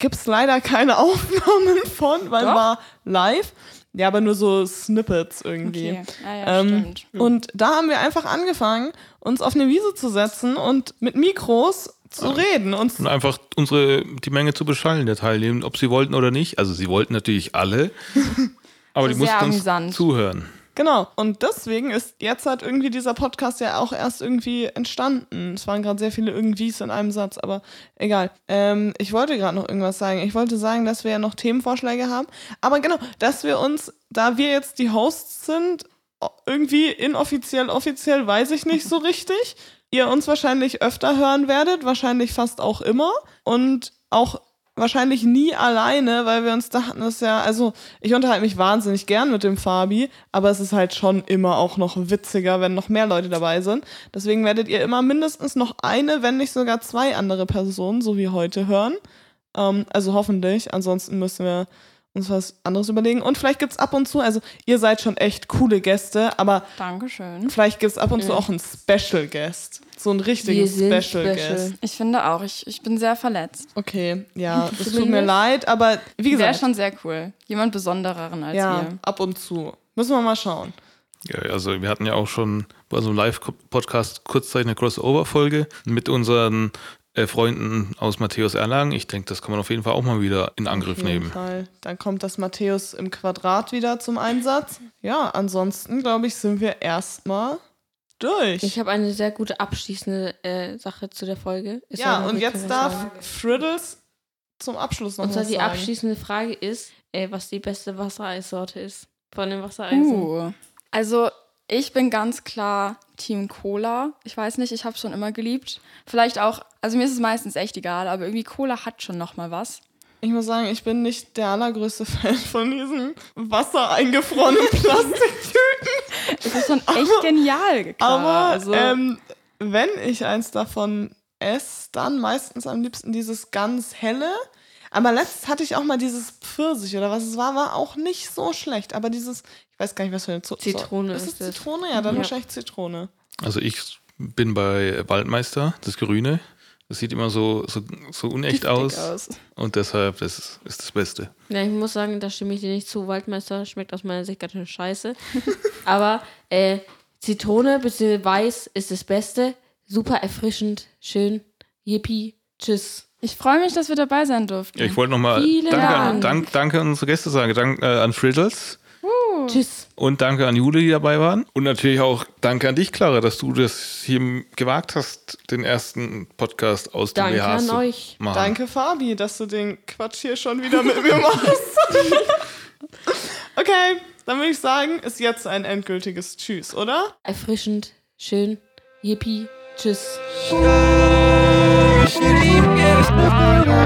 Speaker 1: Gibt es leider keine [LAUGHS] Aufnahmen von, weil
Speaker 2: Doch.
Speaker 1: war live. Ja, aber nur so Snippets irgendwie.
Speaker 2: Okay. Ja, ja,
Speaker 1: Ähm,
Speaker 2: stimmt.
Speaker 1: und da haben wir einfach angefangen, uns auf eine Wiese zu setzen und mit Mikros zu reden. Und
Speaker 4: Und einfach unsere, die Menge zu beschallen, der Teilnehmenden, ob sie wollten oder nicht. Also sie wollten natürlich alle, aber die
Speaker 2: Das ist sehr
Speaker 4: mussten uns
Speaker 2: amüsant.
Speaker 4: zuhören.
Speaker 1: genau. Und deswegen ist jetzt halt irgendwie dieser Podcast ja auch erst irgendwie entstanden. Es waren gerade sehr viele irgendwies in einem Satz, aber egal. Ähm, ich wollte gerade noch irgendwas sagen. Ich wollte sagen, dass wir ja noch Themenvorschläge haben. Aber genau, dass wir uns, da wir jetzt die Hosts sind, o- irgendwie inoffiziell, offiziell, weiß ich nicht so richtig. [LAUGHS] Ihr uns wahrscheinlich öfter hören werdet, wahrscheinlich fast auch immer und auch wahrscheinlich nie alleine, weil wir uns dachten, es ist ja, also ich unterhalte mich wahnsinnig gern mit dem Fabi, aber es ist halt schon immer auch noch witziger, wenn noch mehr Leute dabei sind. Deswegen werdet ihr immer mindestens noch eine, wenn nicht sogar zwei andere Personen, so wie heute, hören. Ähm, also hoffentlich. Ansonsten müssen wir uns was anderes überlegen. Und vielleicht gibt es ab und zu, also ihr seid schon echt coole Gäste, aber
Speaker 2: Dankeschön.
Speaker 1: vielleicht gibt es ab und zu auch einen Special Guest. So einen richtigen
Speaker 3: Wir sind
Speaker 1: Special,
Speaker 3: special.
Speaker 1: Guest.
Speaker 2: Ich finde auch, ich, ich bin sehr verletzt.
Speaker 1: Okay,
Speaker 3: [LAUGHS]
Speaker 1: ja, es tut
Speaker 3: Zumindest.
Speaker 1: mir leid, aber wie
Speaker 2: Wäre
Speaker 1: gesagt,
Speaker 2: schon sehr cool. Jemand Besondereren als
Speaker 1: ja,
Speaker 2: wir.
Speaker 1: ab und zu. Müssen wir mal schauen.
Speaker 4: Ja, also wir hatten ja auch schon bei so einem Live-Podcast kurzzeitig eine Crossover-Folge mit unseren äh, Freunden aus Matthäus Erlangen. Ich denke, das kann man auf jeden Fall auch mal wieder in Angriff
Speaker 1: Auf jeden
Speaker 4: nehmen.
Speaker 1: Fall. Dann kommt das Matthäus im Quadrat wieder zum Einsatz. Ja, ansonsten, glaube ich, sind wir erstmal durch.
Speaker 3: Ich habe eine sehr gute abschließende äh, Sache zu der Folge. Es soll
Speaker 1: ja,
Speaker 3: noch
Speaker 1: und
Speaker 3: Rico
Speaker 1: jetzt
Speaker 3: was
Speaker 1: darf
Speaker 3: sagen.
Speaker 1: Friddles zum Abschluss noch
Speaker 3: Und zwar
Speaker 1: was
Speaker 3: die
Speaker 1: sagen.
Speaker 3: abschließende Frage ist, äh, was die beste Wassereissorte ist. Von den Wassereisen.
Speaker 2: Uh. Also, ich bin ganz klar Team Cola. Ich weiß nicht, ich habe schon immer geliebt. Vielleicht auch, also mir ist es meistens echt egal, aber irgendwie Cola hat schon noch mal was.
Speaker 1: Ich muss sagen, ich bin nicht der allergrößte [LAUGHS] Fan von diesen wassereingefrorenen [LAUGHS] Plastiktüten.
Speaker 2: Es ist schon [LAUGHS] echt genial. Clara.
Speaker 1: Aber
Speaker 2: also,
Speaker 1: ähm, wenn ich eins davon esse, dann meistens am liebsten dieses ganz helle. Aber letzt hatte ich auch mal dieses Pfirsich oder was es war, war auch nicht so schlecht. Aber dieses, ich weiß gar nicht, was für eine Zo-
Speaker 3: Zitrone
Speaker 1: Ist es
Speaker 3: ist es.
Speaker 1: Zitrone? Ja, dann
Speaker 3: Ja.
Speaker 1: wahrscheinlich Zitrone.
Speaker 4: Also ich bin bei Waldmeister, das Grüne. Das sieht immer so, so, so unecht
Speaker 2: Giftig
Speaker 4: aus. Und deshalb, das ist das Beste.
Speaker 3: Ja, ich muss sagen, da stimme ich dir nicht zu. Waldmeister schmeckt aus meiner Sicht ganz schön scheiße. [LAUGHS] Aber äh, Zitrone bzw. Weiß ist das Beste. Super erfrischend, schön. Yippie, tschüss.
Speaker 2: Ich freue mich, dass wir dabei sein durften.
Speaker 4: Ja, ich wollte nochmal
Speaker 3: Vielen
Speaker 4: danke, an-
Speaker 3: Dank.
Speaker 4: dank, danke an unsere Gäste sagen. Dank, äh, an Frizzles
Speaker 3: Tschüss.
Speaker 4: und danke an Jule, die dabei waren. Und natürlich auch danke an dich, Clara, dass du das hier gewagt hast, den ersten Podcast aus dem
Speaker 3: Danke
Speaker 4: BH
Speaker 3: an
Speaker 4: zu
Speaker 3: euch.
Speaker 4: machen.
Speaker 1: Danke, Fabi, dass du den Quatsch hier schon wieder mit mir [LAUGHS] machst. okay, dann würde ich sagen, ist jetzt ein endgültiges Tschüss, oder?
Speaker 3: Erfrischend, schön. Yippie, tschüss.
Speaker 6: Shri Krishna